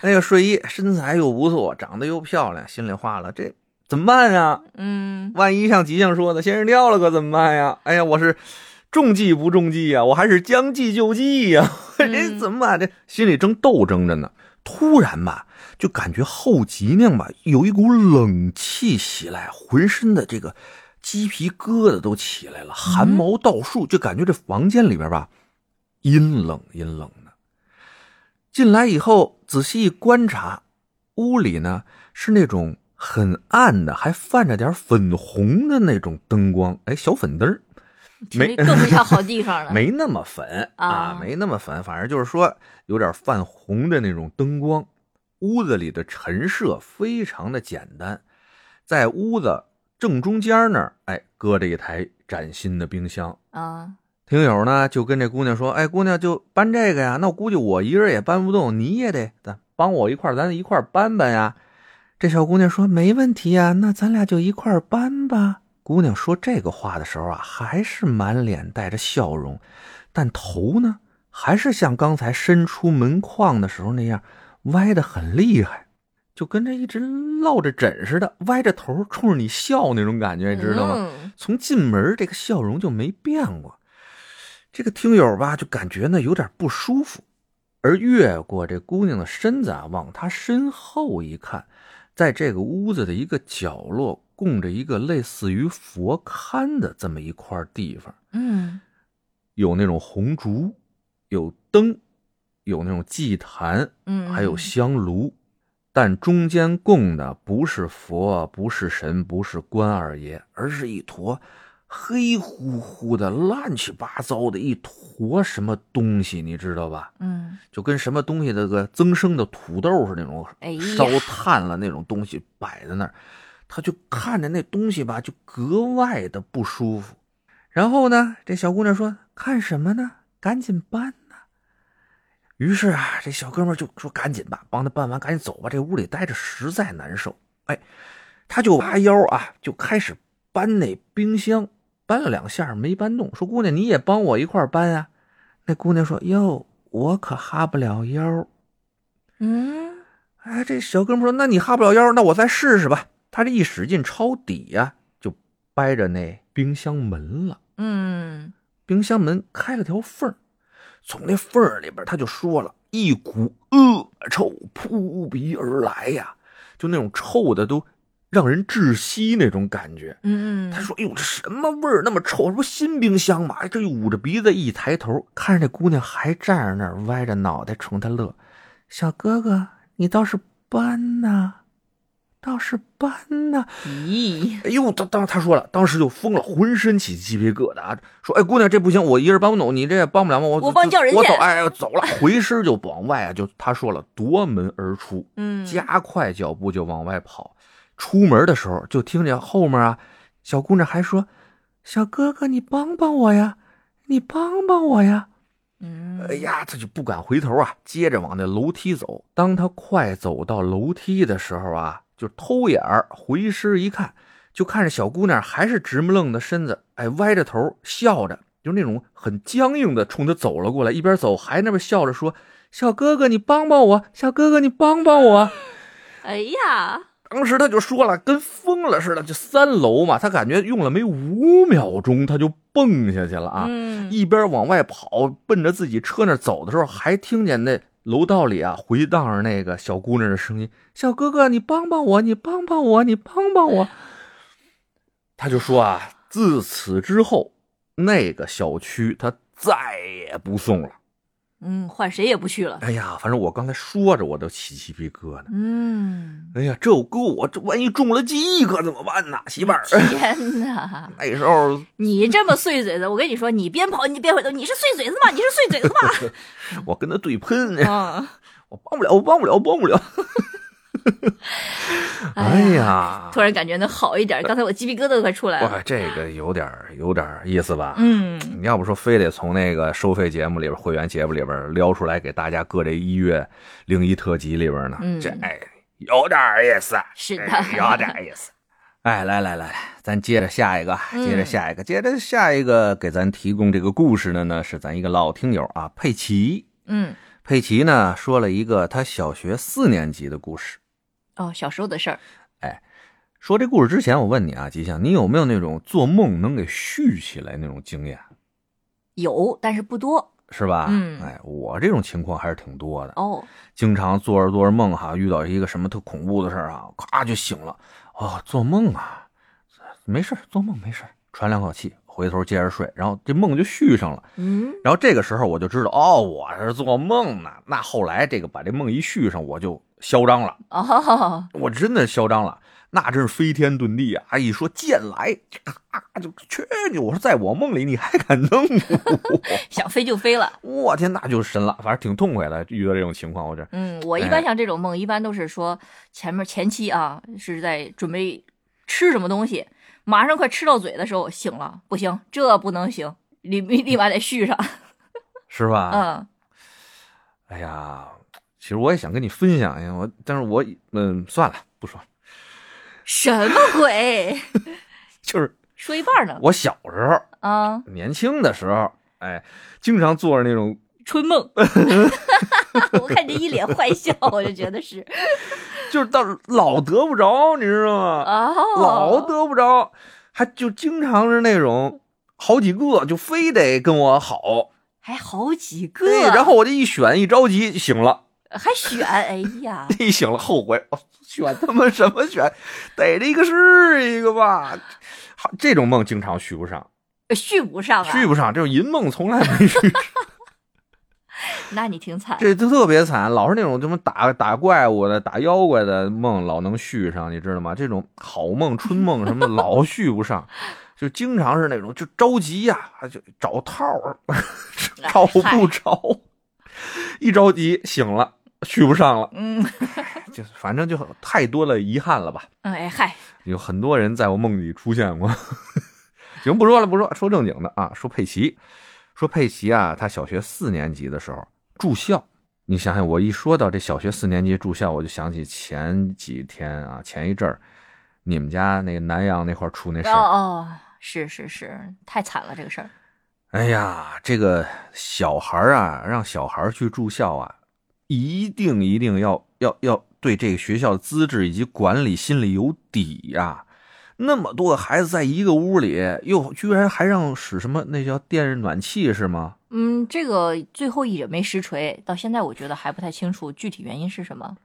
S3: 那个睡衣哎身材又不错，长得又漂亮，心里话了，这怎么办呀？
S4: 嗯
S3: 万一像吉祥说的仙人跳了，可怎么办呀？哎呀，我是中计不中计呀，我还是将计就计呀， 这
S4: 嗯
S3: 怎么办？这心里正斗争着呢，突然吧，就感觉后脊梁吧有一股冷气袭来，浑身的这个鸡皮疙瘩都起来了，汗毛倒竖，就感觉这房间里边吧阴冷阴冷的。进来以后仔细一观察，屋里呢是那种很暗的，还泛着点粉红的那种灯光，哎，小粉灯儿
S4: 听着更不像好地方了，
S3: 没那么粉
S4: 啊
S3: 啊，没那么粉，反正就是说有点泛红的那种灯光。屋子里的陈设非常的简单，在屋子正中间那儿，哎，搁着一台崭新的冰箱。
S4: 啊，
S3: 听友呢就跟这姑娘说：“哎，姑娘就搬这个呀，那我估计我一人也搬不动，你也得咱帮我一块儿，咱一块儿搬搬呀。”这小姑娘说：“没问题呀，那咱俩就一块儿搬吧。”姑娘说这个话的时候啊，还是满脸带着笑容，但头呢，还是像刚才伸出门框的时候那样歪得很厉害，就跟这一直落着枕似的，歪着头冲着你笑那种感觉，你知道吗？
S4: 嗯
S3: 从进门这个笑容就没变过。这个听友吧，就感觉呢有点不舒服，而越过这姑娘的身子啊，往她身后一看，在这个屋子的一个角落供着一个类似于佛龛的这么一块地方，
S4: 嗯，
S3: 有那种红烛，有灯，有那种祭坛，
S4: 嗯，
S3: 还有香炉，但中间供的不是佛，不是神，不是关二爷，而是一坨黑乎乎的、乱七八糟的一坨什么东西，你知道吧？
S4: 嗯，
S3: 就跟什么东西那个增生的土豆似的那种
S4: 哎呀，
S3: 烧炭了那种东西摆在那儿，他就看着那东西吧，就格外的不舒服。然后呢，这小姑娘说：“看什么呢？赶紧搬呐！”于是啊，这小哥们儿就说：“赶紧吧，帮他搬完，赶紧走吧，这屋里待着实在难受。”哎，他就弯腰啊，就开始搬那冰箱，搬了两下没搬动，说：“姑娘，你也帮我一块儿搬啊。”那姑娘说：“哟，我可哈不了腰。”
S4: 嗯，
S3: 哎，这小哥们说：“那你哈不了腰，那我再试试吧。”他这一使劲抄底呀、就掰着那冰箱门了。
S4: 嗯，
S3: 冰箱门开了条缝儿，从那缝儿里边儿他就说了一股恶臭扑鼻而来呀，就那种臭的都让人窒息那种感觉。
S4: 嗯
S3: 他说：“哎呦，这什么味儿那么臭？这不新冰箱吗？”哎这一捂着鼻子一抬头，看着那姑娘还站着那儿，歪着脑袋冲他乐。小哥哥，你倒是搬呐，倒是搬呐！
S4: 咦，
S3: 哎呦，当当他说了，当时就疯了，浑身起鸡皮疙瘩，说：“哎，姑娘，这不行，我一人搬不动，你这也帮不了我，
S4: 我帮你叫人去
S3: 我走，哎，走了，回身就往外啊，就他说了，夺门而出，
S4: 嗯，
S3: 加快脚步就往外跑。出门的时候，就听见后面啊，小姑娘还说：“小哥哥，你帮帮我呀，你帮帮我呀。”
S4: 嗯，
S3: 哎，呀，他就不敢回头啊，接着往那楼梯走。当他快走到楼梯的时候啊，就偷眼儿回身一看，就看着小姑娘还是直不愣的身子，哎，歪着头笑着，就那种很僵硬的冲他走了过来，一边走还那边笑着说：“小哥哥，你帮帮我，小哥哥，你帮帮我。”
S4: 哎呀，
S3: 当时他就说了，跟疯了似的，就三楼嘛，他感觉用了没五秒钟，他就蹦下去了啊。
S4: 嗯，
S3: 一边往外跑，奔着自己车那儿走的时候，还听见那楼道里啊回荡着那个小姑娘的声音：“小哥哥，你帮帮我，你帮帮我，你帮帮我。”他就说啊，自此之后，那个小区他再也不送了。
S4: 嗯，换谁也不去了，
S3: 哎呀，反正我刚才说着，我都起鸡皮疙瘩。
S4: 嗯，
S3: 哎呀，这我哥，我这万一中了记忆可怎么办呐，媳妇儿？
S4: 天哪，
S3: 那时候
S4: 你这么碎嘴子，我跟你说，你边跑你边回头，你是碎嘴子吗？你是碎嘴子吗？
S3: 我跟他对喷，哎
S4: 嗯，
S3: 我帮不了，我帮不了，我帮不了。 哎
S4: 哎
S3: 呀，
S4: 突然感觉能好一点，
S3: 啊
S4: 刚才我鸡皮疙瘩都快出来
S3: 哇，
S4: 了，
S3: 这个有点儿有点儿意思吧？
S4: 嗯，
S3: 你要不说非得从那个收费节目里边、会员节目里边撩出来给大家搁这一月零一特辑里边呢，
S4: 嗯
S3: 这哎有点儿意思，
S4: 是的
S3: 哎有点儿意思。哎，来来来来，咱接着下一个，
S4: 嗯
S3: 接着下一个，接着下一个给咱提供这个故事的呢是咱一个老听友啊，佩奇。
S4: 嗯，
S3: 佩奇呢说了一个他小学四年级的故事。
S4: 哦，小时候的事儿，
S3: 说这故事之前，我问你啊，吉祥，你有没有那种做梦能给续起来那种经验，
S4: 有，但是不多
S3: 是吧？
S4: 嗯
S3: 哎，我这种情况还是挺多的，
S4: 哦，
S3: 经常做着做着梦哈，遇到一个什么特恐怖的事儿啊，咔就醒了，哦，做梦啊，没事儿做梦啊没事儿喘两口气，回头接着睡，然后这梦就续上了。
S4: 嗯，
S3: 然后这个时候我就知道，哦，我是做梦呢。那后来这个把这梦一续上，我就嚣张了。
S4: 哦，
S3: 我真的嚣张了，那真是飞天遁地啊！一说剑来，啊，就去你！我说在我梦里你还敢弄我？
S4: 想飞就飞了。
S3: 我天，那就神了，反正挺痛快的。遇到这种情况，我这
S4: 嗯，我一
S3: 哎
S4: 般像这种梦，一般都是说前面前期啊是在准备吃什么东西，马上快吃到嘴的时候醒了，不行，这不能行，立立马得续上。
S3: 是吧？
S4: 嗯
S3: 哎呀，其实我也想跟你分享一下，我但是我嗯算了，不说了，
S4: 什么鬼？
S3: 就是
S4: 说一半呢
S3: 我小时候
S4: 啊！
S3: 年轻的时候，哎，经常做着那种
S4: 春梦， 我看这一脸坏笑，我就觉得是
S3: 就是到老得不着，你知道吗？
S4: 哦，
S3: 老得不着，还就经常是那种好几个就非得跟我好，
S4: 还好几个，
S3: 对，然后我这一选一着急醒了，
S4: 还选，哎呀，
S3: 一醒了后悔，哦选他妈什么选，逮着一个是一个吧。好，这种梦经常续不上，
S4: 续不上啊，
S3: 续不上，这种银梦从来没 续，
S4: 那你挺惨，
S3: 这都特别惨，老是那种什么打打怪物的、打妖怪的梦，老能续上，你知道吗？这种好梦、春梦什么的老续不上，就经常是那种就着急呀、就找套儿，找不着，一着急醒了续不上了，
S4: 嗯，
S3: 就反正就太多了遗憾了吧。
S4: 哎嗨，
S3: 有很多人在我梦里出现过。 行，不说了，不说了，说正经的啊，说佩奇，说佩奇啊，他小学四年级的时候住校。你想想，我一说到这小学四年级住校，我就想起前几天啊，前一阵儿你们家那个南阳那块儿出那事
S4: 哦
S3: 儿。
S4: 哦，是是是，太惨了这个事儿，
S3: 哎呀，这个小孩儿啊，让小孩儿去住校啊，一定一定要要要对这个学校的资质以及管理心里有底呀、那么多个孩子在一个屋里，又居然还让使什么那叫电暖气是吗？
S4: 嗯，这个最后一者没实锤，到现在我觉得还不太清楚具体原因是什么。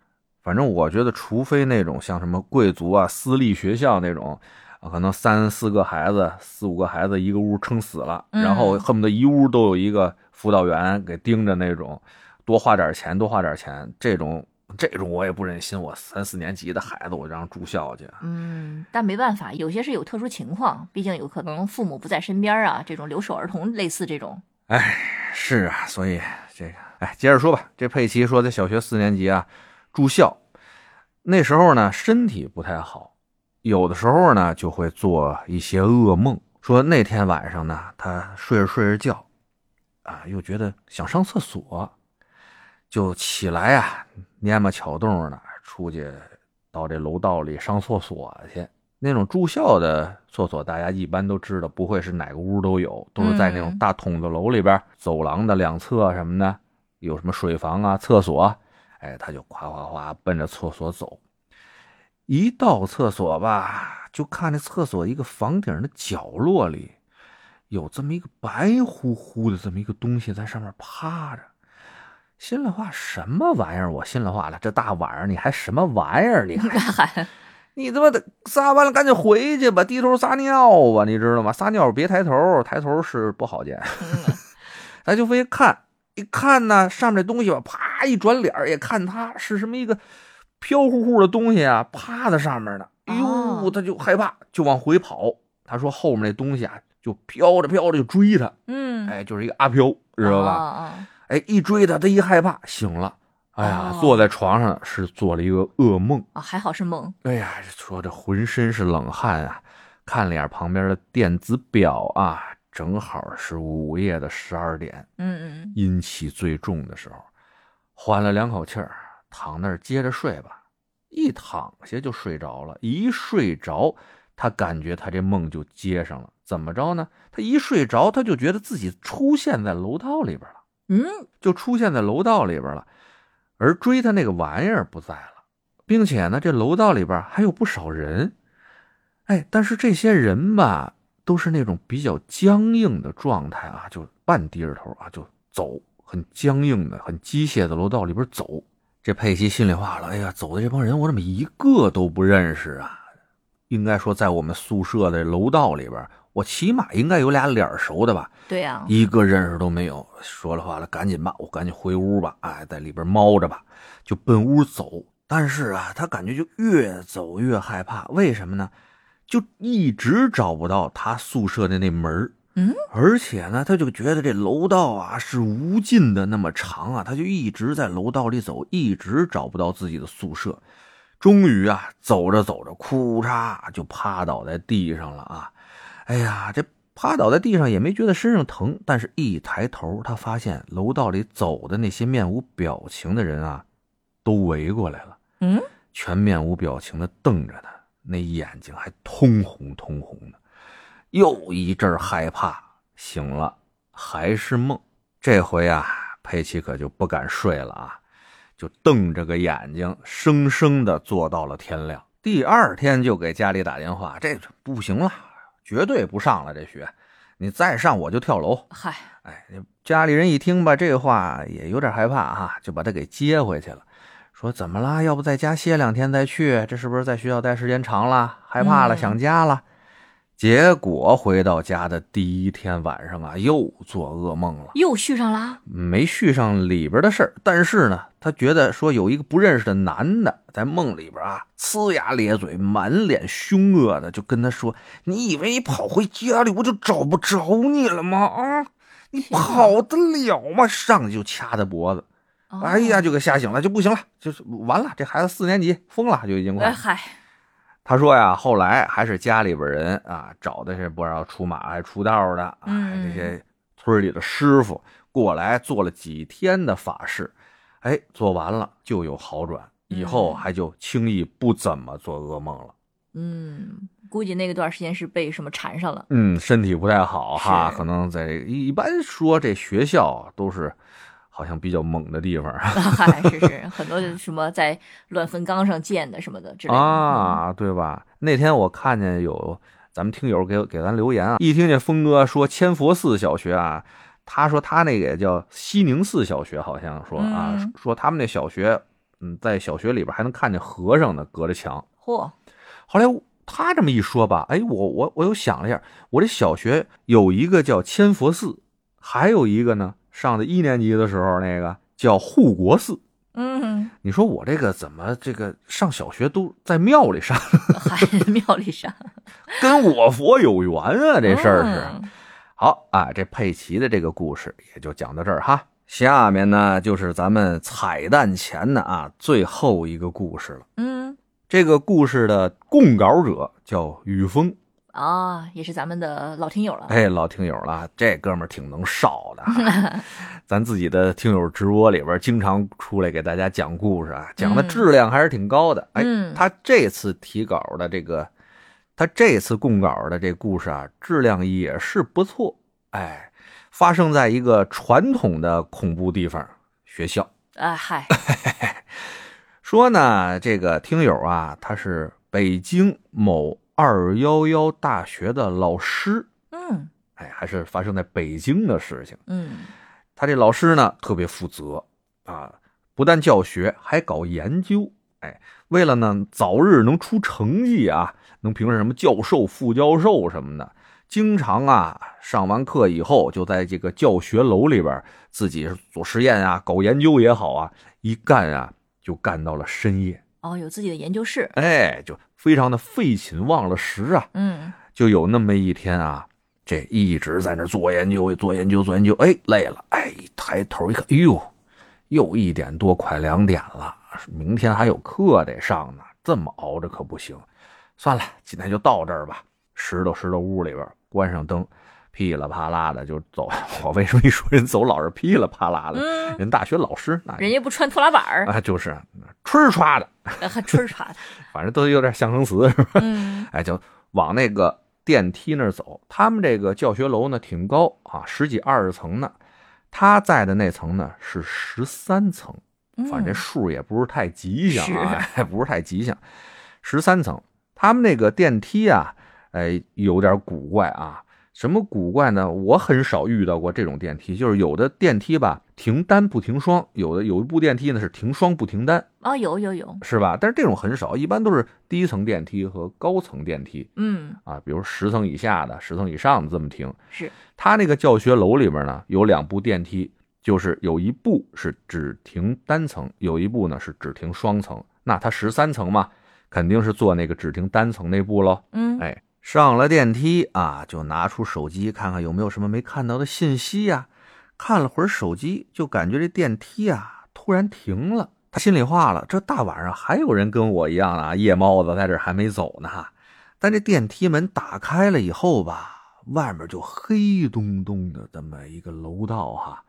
S3: 反正我觉得，除非那种像什么贵族啊、私立学校那种，啊，可能三四个孩子、四五个孩子一个屋撑死了，
S4: 嗯
S3: 然后恨不得一屋都有一个辅导员给盯着那种，多花点钱，多花点钱，这种这种我也不忍心，我三四年级的孩子我让住校去，
S4: 嗯，但没办法，有些是有特殊情况，毕竟有可能父母不在身边啊，这种留守儿童类似这种。
S3: 哎，是啊，所以这个，哎，接着说吧。这佩奇说，在小学四年级啊，住校，那时候呢，身体不太好，有的时候呢，就会做一些噩梦。说那天晚上呢，他睡着睡着觉，啊，又觉得想上厕所，就起来啊，蔫巴巧动的出去到这楼道里上厕所去。那种住校的厕所，大家一般都知道，不会是哪个屋都有，都是在那种
S4: 嗯
S3: 大筒子楼里边，走廊的两侧什么的，有什么水房啊、厕所啊，哎，他就哗哗哗奔着厕所走。一到厕所吧，就看那厕所一个房顶的角落里，有这么一个白乎乎的这么一个东西在上面趴着。心里话，什么玩意儿？我心里话了，这大晚上你还什么玩意儿？你还
S4: 大喊，
S3: 你他妈的撒完了赶紧回去吧，低头撒尿吧，你知道吗？撒尿别抬头，抬头是不好见。
S4: 嗯
S3: 咱就非看，一看呢，上面这东西吧，啪一转脸儿也看它是什么一个飘乎乎的东西啊，趴在上面呢，哎呦，
S4: 哦
S3: 他就害怕，就往回跑。他说后面那东西啊，就飘着飘着就追他，
S4: 嗯，哦
S3: 哎，就是一个阿飘，知道吧？
S4: 吧？
S3: 哎，一追他，他一害怕醒了，哎呀，
S4: 哦
S3: 坐在床上是做了一个噩梦。
S4: 啊，还好是梦。
S3: 哎呀，说这浑身是冷汗啊！看了眼旁边的电子表啊，正好是午夜的十二点，
S4: 嗯嗯
S3: 阴气最重的时候，缓了两口气儿，躺那儿接着睡吧。一躺下就睡着了，一睡着，他感觉他这梦就接上了。怎么着呢？他一睡着，他就觉得自己出现在楼道里边了。
S4: 嗯，
S3: 就出现在楼道里边了，而追他那个玩意儿不在了，并且呢，这楼道里边还有不少人，哎，但是这些人吧，都是那种比较僵硬的状态啊，就半低着头啊就走，很僵硬的、很机械的楼道里边走。这佩奇心里话了，哎呀，走的这帮人我怎么一个都不认识啊？应该说，在我们宿舍的楼道里边，我起码应该有俩脸熟的吧。
S4: 对啊呀、
S3: 一个认识都没有。说了话了，赶紧吧，我赶紧回屋吧，哎，在里边猫着吧，就奔屋走。但是啊，他感觉就越走越害怕，为什么呢？就一直找不到他宿舍的那门儿
S4: 嗯，
S3: 而且呢，他就觉得这楼道啊是无尽的那么长啊，他就一直在楼道里走，一直找不到自己的宿舍。终于啊，走着走着，哭嚓就趴倒在地上了啊！哎呀，这趴倒在地上也没觉得身上疼，但是一抬头，他发现楼道里走的那些面无表情的人啊，都围过来了，
S4: 嗯，
S3: 全面无表情的瞪着他，那眼睛还通红通红的。又一阵儿害怕，醒了还是梦。这回啊，佩奇可就不敢睡了啊，就瞪着个眼睛，生生的坐到了天亮。第二天就给家里打电话，这不行了，绝对不上了这学，你再上我就跳楼。
S4: 嗨，
S3: 哎，家里人一听吧，这话也有点害怕啊，就把他给接回去了。说怎么啦？要不在家歇两天再去？这是不是在学校待时间长了，害怕了，
S4: 嗯
S3: 想家了？结果回到家的第一天晚上啊，又做噩梦了，
S4: 又续上啦。
S3: 没续上里边的事儿。但是呢，他觉得说有一个不认识的男的在梦里边啊，呲牙咧嘴，满脸凶恶的就跟他说：“你以为你跑回家里我就找不着你了吗？啊？”你
S4: 天哪
S3: 跑得了吗？上去就掐他脖子，
S4: 哦
S3: 哎呀，，就给吓醒了，就不行了，就是完了，这孩子四年级疯了，就已经快
S4: 哎。嗨，
S3: 他说呀，后来还是家里边人啊找的是不知道出马还出道的啊，
S4: 嗯
S3: 这些村里的师傅过来做了几天的法事，哎，做完了就有好转，以后
S4: 嗯
S3: 还就轻易不怎么做噩梦了。
S4: 嗯，估计那个段时间是被什么缠上了。
S3: 嗯，身体不太好哈，
S4: 是
S3: 可能在一般说这学校都是好像比较猛的地方
S4: 嗨，是是，很多什么在乱坟岗上建的什么的之类的嗯
S3: 啊，对吧？那天我看见有咱们听友给给咱留言啊，一听见峰哥说千佛寺小学啊，他说他那个也叫西宁寺小学，好像说啊，
S4: 嗯
S3: 说他们那小学，嗯，在小学里边还能看见和尚呢，隔着墙。
S4: 嚯，
S3: 后来他这么一说吧，哎，我我我又想了一下，我这小学有一个叫千佛寺，还有一个呢，上的一年级的时候那个叫护国寺。
S4: 嗯，
S3: 你说我这个怎么这个上小学都在庙里上，
S4: 嗨，庙里 上
S3: 跟我佛有缘啊？这事儿是、
S4: 嗯
S3: 好啊。这佩奇的这个故事也就讲到这儿哈。下面呢就是咱们彩蛋前的啊最后一个故事了。
S4: 嗯
S3: 这个故事的供稿者叫雨峰，
S4: 啊，也是咱们的老听友了，
S3: 哎，老听友了，这哥们儿挺能烧的 啊。咱自己的听友直播里边，经常出来给大家讲故事啊，讲的
S4: 嗯
S3: 质量还是挺高的。哎，
S4: 嗯
S3: 他这次提稿的这个，他这次供稿的这故事啊，质量也是不错。哎，发生在一个传统的恐怖地方——学校。
S4: 啊 嗨，
S3: 说呢，这个听友啊，他是北京某二幺幺大学的老师。
S4: 嗯
S3: 哎，还是发生在北京的事情。
S4: 嗯，
S3: 他这老师呢特别负责啊，不但教学，还搞研究。哎，为了呢早日能出成绩啊，能评上什么教授、副教授什么的，经常啊上完课以后就在这个教学楼里边自己做实验啊、搞研究也好啊，一干啊就干到了深夜，
S4: 哦，有自己的研究室，
S3: 哎，就非常的废寝忘了食啊。
S4: 嗯
S3: 就有那么一天啊，这一直在那儿做研究，做研究，做研究，哎，累了，哎，一抬头一看，哎呦，又一点多，快两点了，明天还有课得上呢，这么熬着可不行。算了，今天就到这儿吧。拾掇拾掇屋里边，关上灯，噼里啪啦的就走。 我为什么一说人走老是噼里啪啦的？
S4: 嗯，
S3: 人大学老师那
S4: 人家不穿拖拉板儿，
S3: 啊，就是呲刷的，
S4: 还春儿 啥的，
S3: 反正都有点象声词，是吧？
S4: 嗯
S3: 哎，就往那个电梯那儿走。他们这个教学楼呢挺高啊，十几二十层呢。他在的那层呢是十三层，
S4: 嗯，
S3: 反正这数也不是太吉祥啊，
S4: 是
S3: 哎不是太吉祥。十三层，他们那个电梯啊，哎，有点古怪啊。什么古怪呢？我很少遇到过这种电梯，就是有的电梯吧停单不停双，有的有一部电梯呢是停双不停单，
S4: 啊有有有，
S3: 是吧？但是这种很少，一般都是低层电梯和高层电梯。
S4: 嗯
S3: 啊，比如十层以下的、十层以上的这么停。
S4: 是，
S3: 他那个教学楼里边呢，有两部电梯，就是有一部是只停单层，有一部呢是只停双层。那他十三层嘛，肯定是坐那个只停单层那部喽。
S4: 嗯
S3: 哎，上了电梯啊，就拿出手机看看有没有什么没看到的信息呀、看了会儿手机，就感觉这电梯啊突然停了。他心里话了，这大晚上还有人跟我一样啊，夜猫子在这儿还没走呢。但这电梯门打开了以后吧，外面就黑洞洞的这么一个楼道哈，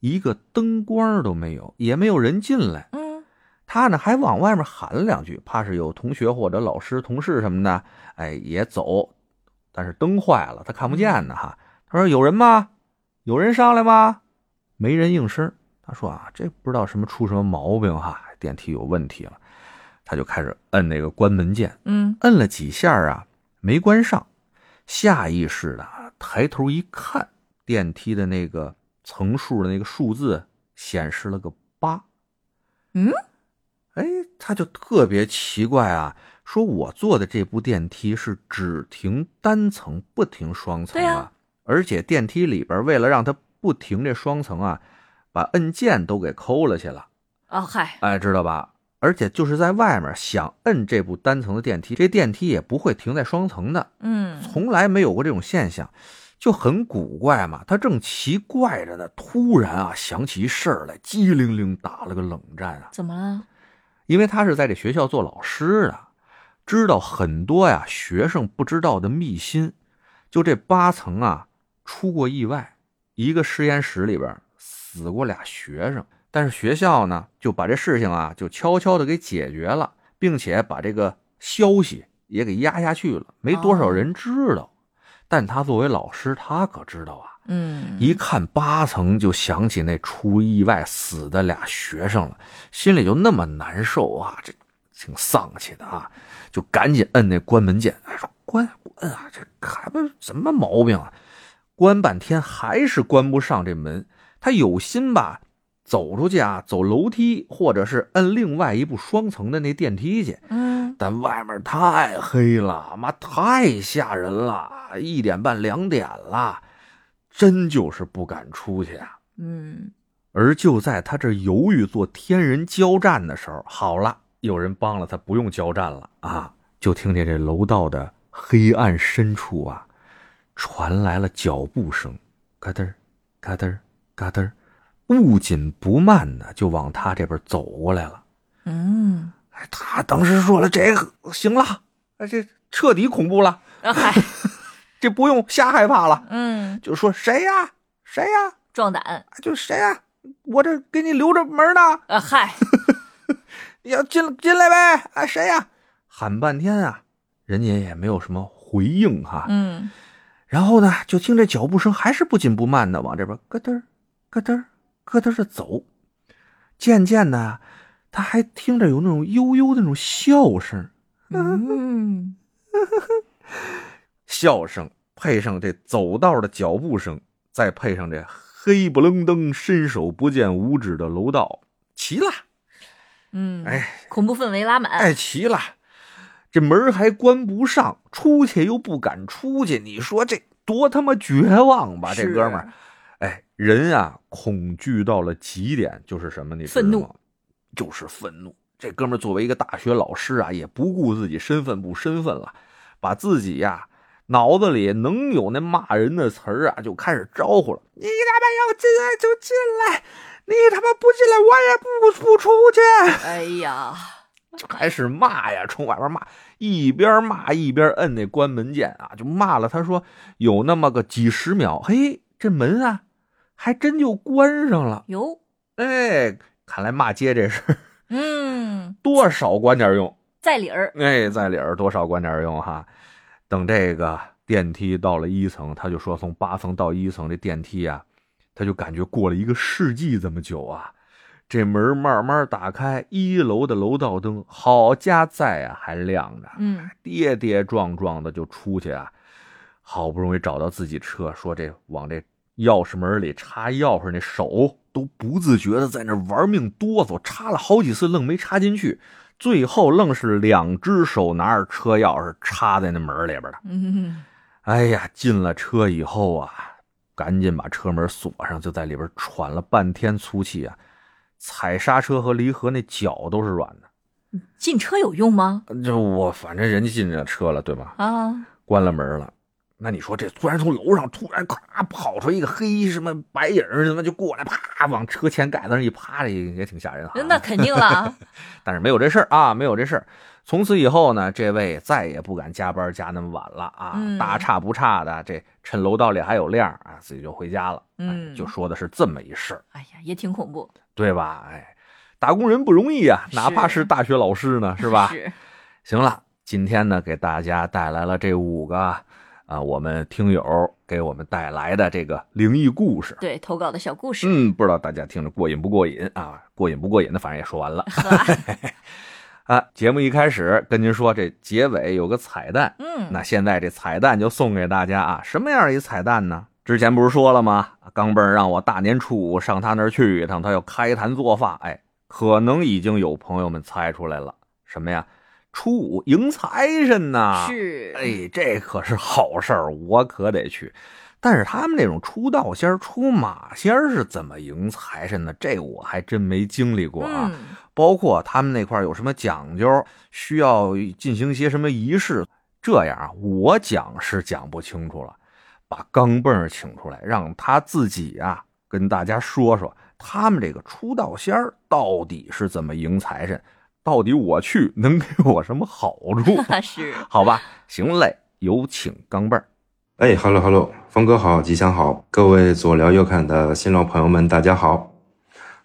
S3: 一个灯光都没有，也没有人进来。
S4: 嗯
S3: 他呢还往外面喊了两句，怕是有同学或者老师、同事什么的，哎，也走。但是灯坏了，他看不见呢哈。他说：“有人吗？有人上来吗？”没人应声。他说：“啊，这不知道什么出什么毛病哈，电梯有问题了。”他就开始摁那个关门键，
S4: 嗯
S3: 摁了几下啊，没关上，下意识的啊抬头一看，电梯的那个层数的那个数字显示了个八。
S4: 嗯，
S3: 哎，他就特别奇怪啊，说我坐的这部电梯是只停单层不停双层
S4: 对啊
S3: 而且电梯里边为了让它不停这双层啊，把按键都给抠了去了。
S4: 啊嗨，
S3: 哎，知道吧？而且就是在外面想摁这部单层的电梯，这电梯也不会停在双层的，
S4: 嗯
S3: 从来没有过这种现象，就很古怪嘛。他正奇怪着呢，突然啊想起一事儿来，机灵灵打了个冷战啊，
S4: 怎么了？
S3: 因为他是在这学校做老师的，知道很多呀学生不知道的秘辛。就这八层啊，出过意外，一个实验室里边死过俩学生，但是学校呢就把这事情啊就悄悄的给解决了，并且把这个消息也给压下去了，没多少人知道。但他作为老师，他可知道啊，
S4: 嗯，
S3: 一看八层就想起那出意外死的俩学生了，心里就那么难受啊，这挺丧气的啊，就赶紧摁那关门键，哎，说关关啊，这还不什么毛病啊？关半天还是关不上这门，他有心吧，走出去啊，走楼梯或者是摁另外一部双层的那电梯去，
S4: 嗯
S3: 但外面太黑了，妈太吓人了，一点半两点了，真就是不敢出去啊。
S4: 嗯，
S3: 而就在他这犹豫做天人交战的时候，好了，有人帮了他，不用交战了啊！就听见这楼道的黑暗深处啊，传来了脚步声，嘎噔儿，嘎噔儿，嘎噔儿，不紧不慢的就往他这边走过来了。
S4: 嗯，
S3: 哎，他当时说了，这个行了，哎，这彻底恐怖了，
S4: 啊嗨，
S3: 这不用瞎害怕了。
S4: 嗯，
S3: 就说谁呀、谁呀、
S4: 壮胆，
S3: 就谁呀、我这给你留着门呢，
S4: 啊 嗨，
S3: 你要进进来呗。哎，谁呀、喊半天啊，人家也没有什么回应哈。
S4: 嗯
S3: 然后呢，就听这脚步声还是不紧不慢的往这边咯噔儿、咯噔儿、咯噔的走。渐渐的，他还听着有那种悠悠的那种笑声。
S4: 嗯，
S3: 笑声配上这走道的脚步声，再配上这黑不愣登、伸手不见五指的楼道，齐了，
S4: 嗯，
S3: 哎，
S4: 恐怖氛围拉满，
S3: 哎，齐了。这门还关不上，出去又不敢出去，你说这多他妈绝望吧？这
S4: 是
S3: 哥们儿，哎，人啊，恐惧到了极点，就是什么？你知道吗
S4: 愤怒，
S3: 就是愤怒。这哥们儿作为一个大学老师啊，也不顾自己身份不身份了，把自己呀、脑子里能有那骂人的词儿啊，就开始招呼了。你他妈要进来就进来，你他妈不进来我也不不出去，
S4: 哎呀，
S3: 还是骂呀，冲外边骂，一边骂一边摁那关门键啊，就骂了。他说有那么个几十秒，嘿，这门啊，还真就关上了。
S4: 哟，
S3: 哎，看来骂街这事儿
S4: 嗯，
S3: 多少管点用。
S4: 在理儿，
S3: 哎，在理儿多少管点用哈。等这个电梯到了一层，他就说从八层到一层这电梯啊，他就感觉过了一个世纪这么久啊。这门慢慢打开，一楼的楼道灯，好家在啊，还亮着。
S4: 嗯
S3: 跌跌撞撞的就出去啊，好不容易找到自己车，说这往这钥匙门里插钥匙那手都不自觉的在那玩命哆嗦，插了好几次愣没插进去，最后愣是两只手拿着车钥匙插在那门里边了。
S4: 嗯，
S3: 哎呀，进了车以后啊，赶紧把车门锁上，就在里边喘了半天粗气啊，踩刹车和离合那脚都是软的。
S4: 进车有用吗？
S3: 这我反正人家进这车了，对吧？
S4: 啊，
S3: 关了门了。那你说这突然从楼上突然咔跑出一个黑什么白影儿什么就过来，啪往车前盖子上一趴，这也挺吓人哈。
S4: 那肯定 了，
S3: 但是没有这事儿啊，没有这事儿。从此以后呢，这位再也不敢加班加那么晚了啊，
S4: 嗯
S3: 大差不差的，这趁楼道里还有亮啊，自己就回家了。哎
S4: 嗯
S3: 就说的是这么一事儿，
S4: 哎呀，也挺恐怖，
S3: 对吧？哎，打工人不容易啊，
S4: 是
S3: 哪怕是大学老师呢，是吧？
S4: 是，
S3: 行了，今天呢，给大家带来了这五个啊，我们听友给我们带来的这个灵异故事。
S4: 对，投稿的小故事，
S3: 嗯，不知道大家听着过瘾不过瘾啊？过瘾不过瘾的，反正也说完了啊。节目一开始跟您说，这结尾有个彩蛋，
S4: 嗯，
S3: 那现在这彩蛋就送给大家啊。什么样一彩蛋呢？之前不是说了吗？钢镚儿让我大年初五上他那儿去一趟，他要开坛做法。哎，可能已经有朋友们猜出来了，什么呀？初五迎财神呐！。
S4: 是，
S3: 哎，这可是好事儿，我可得去。但是他们这种出道仙儿、出马仙儿是怎么迎财神的？这我还真没经历过啊。
S4: 嗯，
S3: 包括他们那块儿有什么讲究，需要进行一些什么仪式，这样啊我讲是讲不清楚了。把钢镚儿请出来，让他自己啊跟大家说说，他们这个出道仙儿到底是怎么迎财神，到底我去能给我什么好处？
S4: 是，
S3: 好吧，行嘞，有请钢镚儿。
S5: 哎，hello hello，峰哥好，吉祥好，各位左聊右侃的新老朋友们，大家好。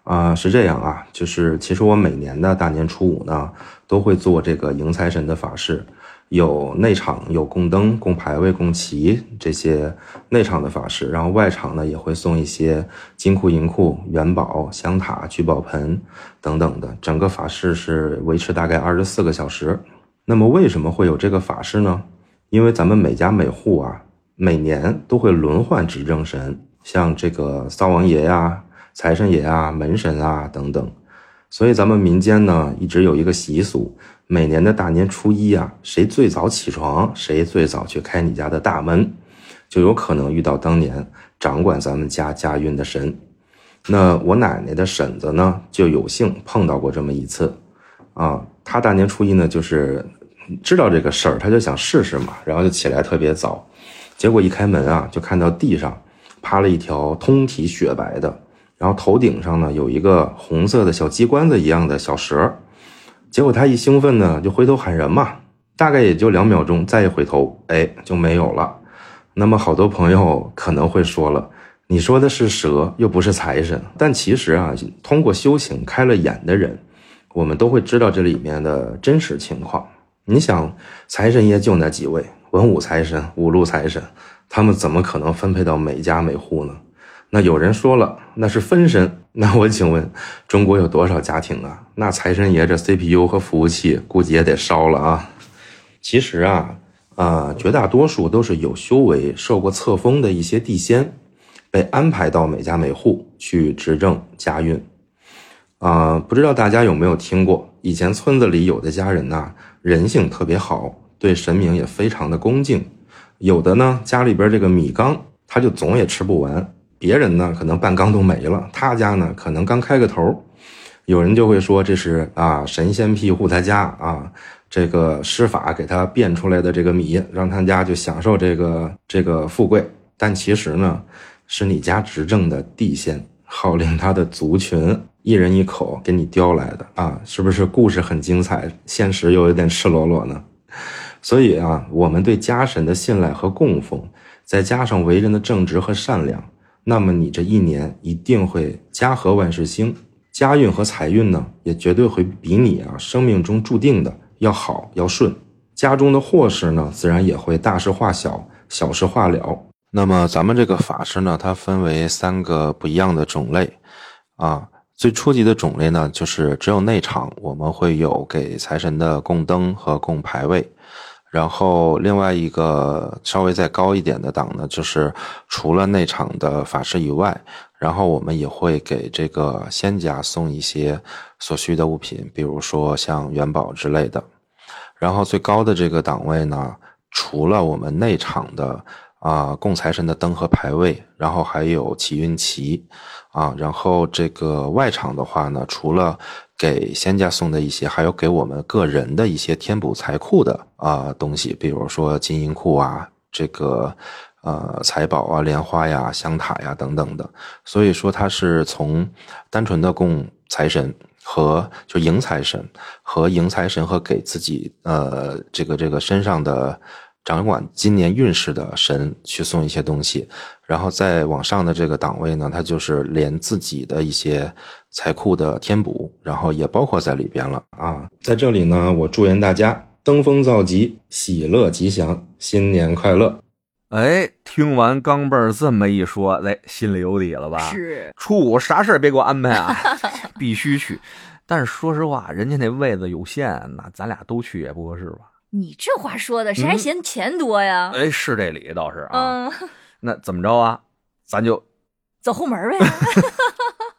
S5: 啊、是这样啊，就是其实我每年的大年初五呢，都会做这个迎财神的法事，有内场有供灯、供牌位、供旗这些内场的法事，然后外场呢也会送一些金库、银库、元宝、香塔、聚宝盆等等的。整个法事是维持大概二十四个小时。那么为什么会有这个法事呢？因为咱们每家每户啊，每年都会轮换执政神，像这个灶王爷呀、财神爷啊、门神啊等等。所以咱们民间呢，一直有一个习俗，每年的大年初一啊，谁最早起床，谁最早去开你家的大门，就有可能遇到当年掌管咱们家家运的神。那我奶奶的婶子呢，就有幸碰到过这么一次，啊，她大年初一呢，就是知道这个事儿，她就想试试嘛，然后就起来特别早，结果一开门啊，就看到地上趴了一条通体雪白的，然后头顶上呢有一个红色的小鸡冠子一样的小蛇。结果他一兴奋呢，就回头喊人嘛，大概也就两秒钟，再一回头，哎，就没有了。那么好多朋友可能会说了，你说的是蛇，又不是财神。但其实啊，通过修行开了眼的人，我们都会知道这里面的真实情况。你想，财神爷就那几位，文武财神、五路财神，他们怎么可能分配到每家每户呢？那有人说了，那是分身。那我请问，中国有多少家庭啊？那财神爷这 CPU 和服务器估计也得烧了啊！其实啊，呃，绝大多数都是有修为、受过册封的一些地仙，被安排到每家每户去执政家运。啊、不知道大家有没有听过，以前村子里有的家人呐、人性特别好，对神明也非常的恭敬；有的呢，家里边这个米缸他就总也吃不完，别人呢可能半缸都没了，他家呢可能刚开个头儿。有人就会说这是啊神仙庇护他家啊，这个施法给他变出来的这个米，让他家就享受这个这个富贵。但其实呢，是你家执政的地仙号令他的族群一人一口给你叼来的啊，是不是故事很精彩，现实又有点赤裸裸呢？所以啊，我们对家神的信赖和供奉，再加上为人的正直和善良，那么你这一年一定会家和万事兴，家运和财运呢，也绝对会比你啊生命中注定的要好要顺。家中的祸事呢，自然也会大事化小，小事化了。那么咱们这个法师呢，它分为三个不一样的种类，啊，最初级的种类呢，就是只有内场我们会有给财神的供灯和供牌位，然后另外一个稍微再高一点的档呢，就是除了内场的法师以外，然后我们也会给这个仙家送一些所需的物品，比如说像元宝之类的。然后最高的这个档位呢，除了我们内场的啊、供财神的灯和牌位，然后还有祈运旗啊，然后这个外场的话呢，除了给仙家送的一些，还有给我们个人的一些填补财库的啊、东西，比如说金银库啊，这个呃财宝啊、莲花呀、香塔呀等等的。所以说它是从单纯的供财神和就迎财神和迎财神和给自己呃这个这个身上的掌管今年运势的神去送一些东西，然后再往上的这个档位呢，它就是连自己的一些财库的填补，然后也包括在里边了啊。在这里呢，我祝愿大家登峰造极，喜乐吉祥，新年快乐。
S3: 哎，听完钢镚儿这么一说，哎，心里有底了吧？
S4: 是
S3: 初五啥事儿别给我安排 啊，必须去。但是说实话，人家那位子有限，那咱俩都去也不合适吧？
S4: 你这话说的，谁还
S3: 嗯
S4: 嫌钱多呀？
S3: 哎，是这理倒是啊。
S4: 嗯，
S3: 那怎么着啊？咱就
S4: 走后门儿呗。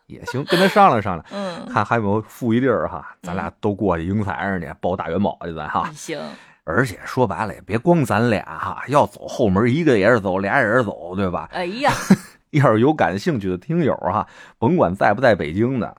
S3: 也行，跟他商量商量，
S4: 嗯，
S3: 看还有没有富一地儿哈。咱俩都过去迎财神去，包大元宝去咱哈。
S4: 行，
S3: 而且说白了，也别光咱俩哈，要走后门，一个也是走，俩也是走，对吧？
S4: 哎呀，
S3: 要是有感兴趣的听友哈， 甭管在不在北京的，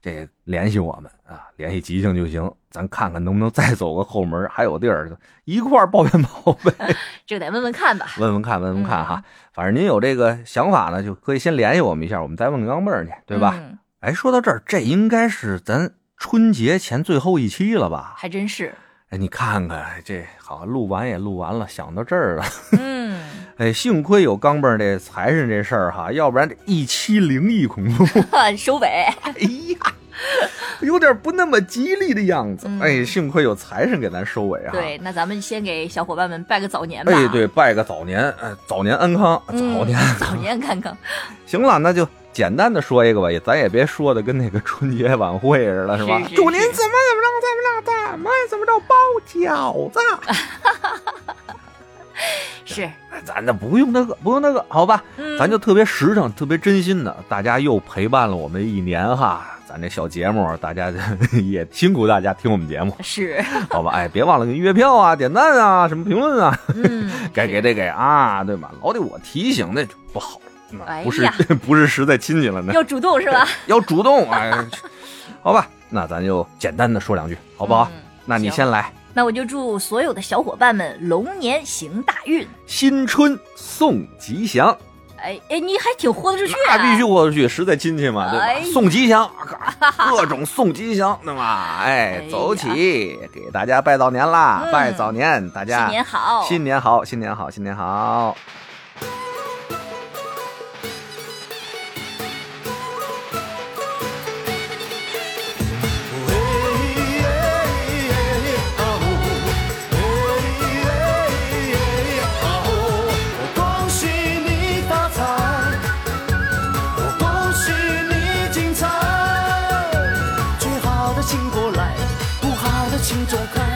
S3: 这联系我们啊，联系吉庆就行，咱看看能不能再走个后门，还有地儿一块儿抱怨宝呗，
S4: 这个得问问看吧。
S3: 问问看，问问看哈。反正您有这个想法呢，就可以先联系我们一下，我们再问钢镚儿去，对吧？
S4: 嗯
S3: 哎，说到这儿，这应该是咱春节前最后一期了吧？
S4: 还真是。
S3: 哎，你看看这好，录完也录完了，想到这儿了。
S4: 嗯，
S3: 哎，幸亏有钢镚儿这财神这事儿哈，要不然这一期灵异恐怖。
S4: 收尾。
S3: 哎哎呀，有点不那么吉利的样子。
S4: 嗯
S3: 哎，幸亏有财神给咱收尾啊。
S4: 对，那咱们先给小伙伴们拜个早年吧。
S3: 哎，对，，拜个早年，哎，早年安康，
S4: 嗯、
S3: 早年。
S4: 早年看看，
S3: 行了，那就简单的说一个吧，也咱也别说的跟那个春节晚会似的，是吧？
S4: 是是
S3: 祝您怎么怎么着，怎么着，怎么怎么着包饺子。
S4: 是，
S3: 哎咱那不用那个，不用那个，好吧？
S4: 嗯，
S3: 咱就特别实诚，特别真心的，大家又陪伴了我们一年哈。咱这小节目，大家 也辛苦大家听我们节目，
S4: 是，
S3: 好吧？哎，别忘了给月票啊、点赞啊、什么评论啊，
S4: 嗯，
S3: 该给
S4: 是
S3: 得给啊，对吧？老得我提醒，那就不好了。
S4: 哎
S3: 那
S4: 呀
S3: 不是、 不是实在亲戚了，那
S4: 要主动是吧？
S3: 要主动哎，好吧，那咱就简单的说两句，好不好？
S4: 嗯
S3: 那你
S4: 行
S3: 先来，
S4: 那我就祝所有的小伙伴们龙年行大运。
S3: 新春送吉祥，
S4: 哎哎，你还挺豁得出去啊！
S3: 那必须豁出去，实在亲戚嘛，对吧？
S4: 哎呀
S3: 送吉祥， 啊各种送吉祥，对吧？
S4: 哎
S3: 哎
S4: 呀，
S3: 走起，给大家拜早年啦，
S4: 嗯
S3: 拜早年，大家
S4: 新年好，
S3: 新年好，新年好，新年好。
S6: 恭喜你发财，我恭喜你精彩。最好的请过来，不好的请走开。